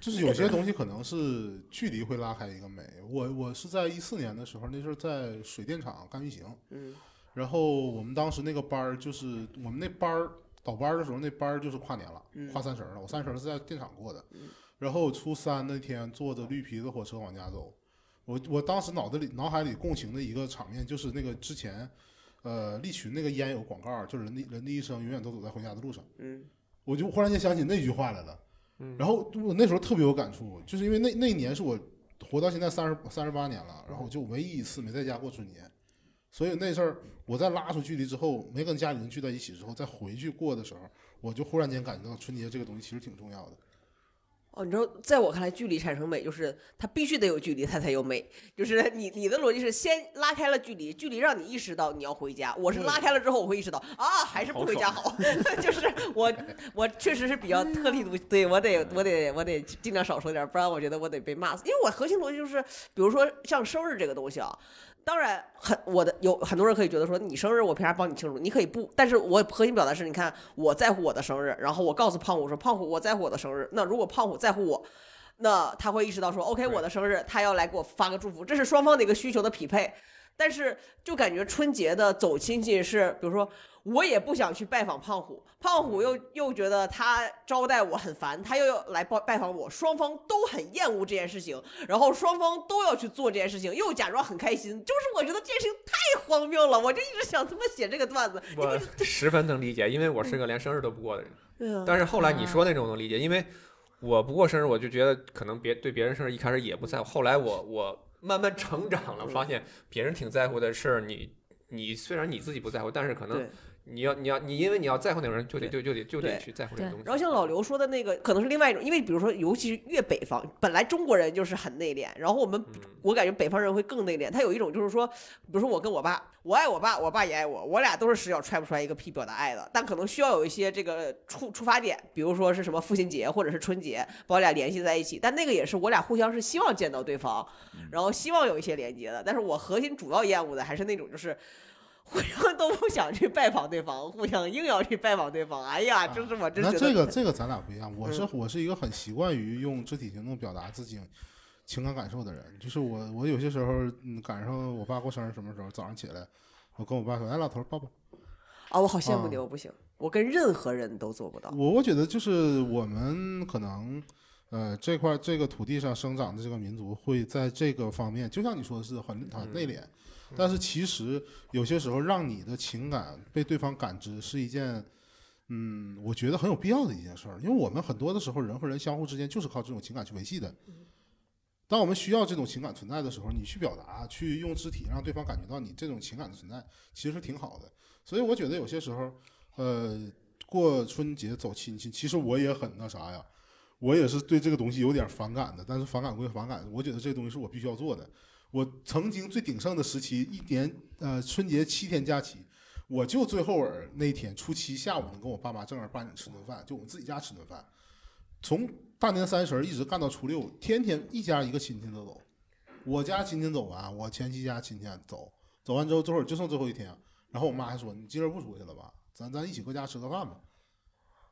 B: 就是有些东西可能是距离会拉开一个美。我我是在一四年的时候，那时候在水电厂干运行，
A: 嗯
B: 然后我们当时那个班儿就是我们那班儿倒班儿的时候，那班儿就是跨年了，
A: 嗯
B: 跨三十儿了。我三十儿是在电厂过的
A: 嗯，
B: 然后初三那天坐着绿皮子火车往家走，我我当时脑子里脑海里共情的一个场面就是那个之前，呃，利群那个烟有广告儿，就是人的人的一生永远都走在回家的路上。
A: 嗯
B: 我就忽然间想起那句话来了。
D: 嗯
B: 然后我那时候特别有感触，就是因为那那一年是我活到现在三十三十八年
A: 嗯
B: 了，然后就唯一一次没在家过春节，所以那事儿我在拉出距离之后，没跟家里人聚在一起之后，再回去过的时候，我就忽然间感觉到春节这个东西其实挺重要的。
A: 哦，你知道，在我看来，距离产生美就是它必须得有距离，它才有美。就是你你的逻辑是先拉开了距离，距离让你意识到你要回家。我是拉开了之后，我会意识到啊，还是不回家好。 就是我我确实是比较特立独，对我得我得我得尽量少说点儿，不然我觉得我得被骂死。因为我核心逻辑就是，比如说像生日这个东西啊。当然，很我的有很多人可以觉得说你生日我凭啥帮你庆祝？你可以不，但是我核心表达是，你看我在乎我的生日，然后我告诉胖虎说胖虎我在乎我的生日。那如果胖虎在乎我，那他会意识到说 OK
D: 对
A: 我的生日，他要来给我发个祝福，这是双方的一个需求的匹配。但是就感觉春节的走亲戚是，比如说我也不想去拜访胖虎，胖虎又
D: 嗯
A: 又觉得他招待我很烦，他又要来拜拜访我，双方都很厌恶这件事情，然后双方都要去做这件事情，又假装很开心，就是我觉得这件事情太荒谬了，我就一直想他妈写这个段子，你
D: 我十分能理解，因为我是个连生日都不过的人。
A: 对啊，
D: 但是后来你说那种能理解，因为我不过生日，我就觉得可能别对别人生日一开始也不在乎。后来我我慢慢成长
A: 嗯
D: 了，发现别人挺在乎的事儿，你你虽然你自己不在乎，但是可能
A: 对
D: 你要你要你因为你要在乎那个人，就得就就得就得
A: 对
D: 去在乎这个
C: 对
D: 东西。嗯
A: 然后像老刘说的那个，可能是另外一种，因为比如说，尤其是越北方，本来中国人就是很内敛，然后我们，
D: 嗯
A: 我感觉北方人会更内敛。他有一种就是说，比如说我跟我爸，我爱我爸，我爸也爱我，我俩都是实小揣不出来一个屁表达爱的，但可能需要有一些这个出出发点，比如说是什么父亲节或者是春节，把我俩联系在一起。但那个也是我俩互相是希望见到对方，
B: 嗯
A: 然后希望有一些连接的。但是我核心主要厌恶的还是那种就是。互相都不想去拜访对方，互相硬要去拜访对方。哎呀，这是我真觉
B: 啊
A: 得
B: 那
A: 嗯
B: 这个这个咱俩不一样，我是、我是一个很习惯于用肢体行动表达自己情感感受的人，就是我我有些时候嗯赶上我爸过生日什么时候早上起来，我跟我爸说，哎老头儿抱抱。
A: 啊，我好羡慕你，
B: 啊
A: 我不行，我跟任何人都做不到。
B: 我我觉得就是我们可能，呃，这块这个土地上生长的这个民族会在这个方面，就像你说的是很很内敛，但是其实有些时候让你的情感被对方感知是一件，嗯，我觉得很有必要的一件事儿，因为我们很多的时候人和人相互之间就是靠这种情感去维系的。当我们需要这种情感存在的时候，你去表达，去用肢体让对方感觉到你这种情感的存在，其实挺好的。所以我觉得有些时候，呃，过春节走亲戚，其实我也很那啥呀，我也是对这个东西有点反感的。但是反感归反感，我觉得这东西是我必须要做的。我曾经最鼎盛的时期，一年呃春节七天假期，我就最后儿那天初七下午能跟我爸妈正儿八经吃顿饭，就我们自己家吃顿饭，从大年三十儿一直干到初六，天天一家一个亲戚都走，我家亲戚走完，我前妻家亲戚走，走完之后，这会儿就剩最后一天，然后我妈还说：“你今儿不出去了吧？咱咱一起回家吃个饭吧。”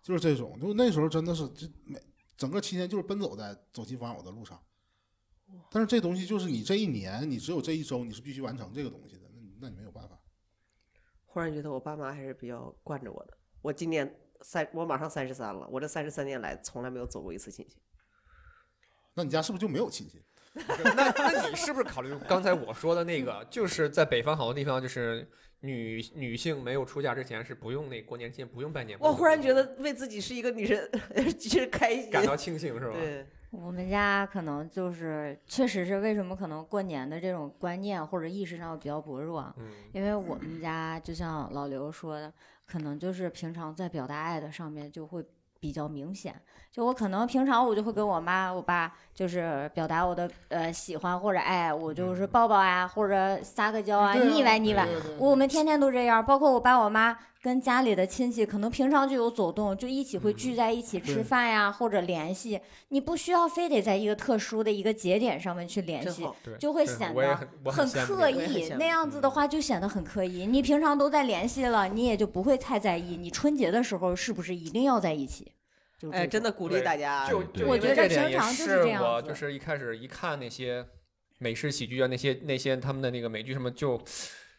B: 就是这种，就那时候真的是这每整个期间就是奔走在走亲访友的路上。但是这东西就是你这一年，你只有这一周，你是必须完成这个东西的，那你那你没有办法。
A: 忽然觉得我爸妈还是比较惯着我的。我今年三，我马上三十三了，我这三十三年来从来没有走过一次亲戚。
B: 那你家是不是就没有亲戚？
D: 那那你是不是考虑刚才我说的那个，就是在北方好多地方，就是女女性没有出嫁之前是不用那过年期间不用拜年。
A: 我忽然觉得为自己是一个女人， 其实开心。
D: 感到庆幸是吧？
A: 对，
C: 我们家可能就是，确实是为什么可能过年的这种观念或者意识上比较薄弱啊，
D: 嗯，
C: 因为我们家就像老刘说的，可能就是平常在表达爱的上面就会比较明显。就我可能平常我就会跟我妈、我爸就是表达我的呃喜欢或者爱，我就是抱抱啊，或者撒个娇啊，
B: 嗯对啊
C: 腻歪腻歪。
B: 对对对
C: 我们天天都这样，包括我爸我妈跟家里的亲戚，可能平常就有走动，就一起会聚在一起吃
B: 对
C: 饭呀，或者联系。你不需要非得在一个特殊的一个节点上面去联
A: 真
C: 系，
A: 好。
D: 对，
C: 就会
D: 对
C: 显
D: 我也
C: 得
D: 很我
C: 很
D: 羡
C: 刻
D: 慕这个
A: 我也很
C: 意
A: 羡。慕
C: 那样子的话就显得很刻意。你平常都在联系了，你也就不会太在意。你春节的时候是不是一定要在一起？就
A: 哎，真
C: 的，
A: 的鼓励大家。
D: 就
E: 对
D: 就
E: 我
D: 因
C: 觉
D: 为
C: 得
D: 这点
C: 平
D: 也
C: 常就是
D: 是
C: 这样
D: 我
C: 子
D: 就是一开始一看那些美式喜剧啊，那些那些他们的那个美剧什么，就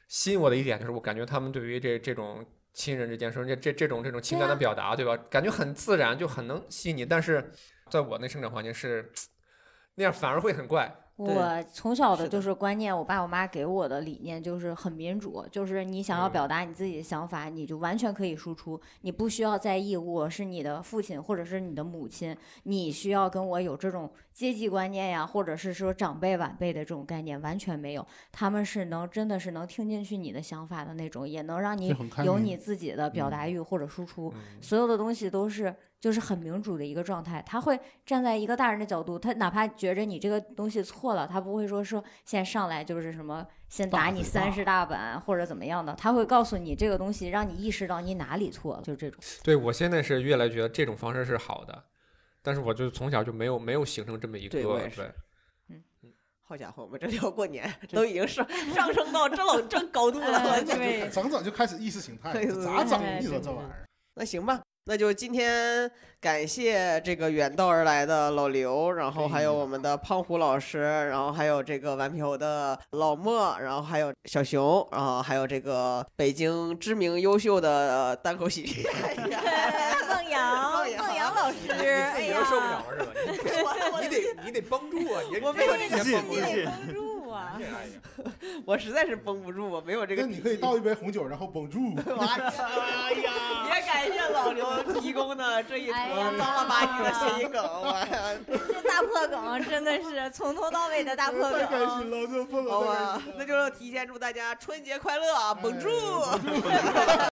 D: 吸引我的一点就是，我感觉他们对于这这种亲人之间说这这这种这种情感的表达，对吧？感觉很自然，就很能吸引你。但是在我那生长环境是那样，反而会很怪。
C: 我从小的
A: 是的
C: 就是观念，我爸我妈给我的理念就是很民主，就是你想要
D: 嗯
C: 表达你自己的想法，你就完全可以输出，你不需要在意我是你的父亲或者是你的母亲，你需要跟我有这种阶级观念呀，或者是说长辈晚辈的这种概念完全没有，他们是能真的是能听进去你的想法的那种，也能让你
B: 这很开
C: 有
B: 明
C: 你自己的表达欲或者输出，
D: 嗯，
C: 所有的东西都是就是很民主的一个状态，他会站在一个大人的角度，他哪怕觉着你这个东西错了，他不会说说先上来就是什么先
B: 大
C: 打
B: 嘴
C: 你
B: 巴
C: 三十大板或者怎么样的，他会告诉你这个东西，让你意识到你哪里错了，就是 这种。
D: 对我现在是越来越觉得这种方式是好的，但是我就从小就没有没有形成这么一个
A: 对我也是
D: 对
A: 好家伙，我们这聊过年 都已经上上升 到这老这高度了，
C: 哎
A: 完全
B: 整
C: 对
B: 整整整就开始意识形 态，
A: 对
B: 这咋整？
C: 哎
B: 你说
C: 对
B: 这玩意儿？
A: 那行吧，那就今天感谢这个远道而来的老刘，然后还
B: 哎
A: 有我们的胖虎老师，然后还有这个顽皮猴的老莫，然后还有小熊，然后还有这个北京知名优秀的呃单口喜剧演 员
C: 孟阳
A: 孟阳
C: 孟阳老师，哎
D: 你自己
C: 呀
D: 都，受不了了是吧？
A: 我
D: 你你得你得绷住啊！你
A: 我没有这
D: 这
A: 个
D: 个绷
A: 自
D: 不
A: 信
D: 住
E: 信
C: 绷住 啊！
A: 我实在是绷不住，我没有这个
B: 那
A: 底气。
B: 你可以 倒一杯红酒，然后绷 住。
A: 完了。哎 呀！也感谢老 刘提供的这一坨
C: 哎呀
A: 脏了吧唧的谐音梗，我
C: 这大破梗真的是从头到尾的大破
B: 太开
C: 梗
B: 心。了，这碰
A: 啊好
B: 了太开
A: 吧
B: 心，了哎
A: 那。就提前祝大家春节快乐啊！绷住。
B: 哎绷住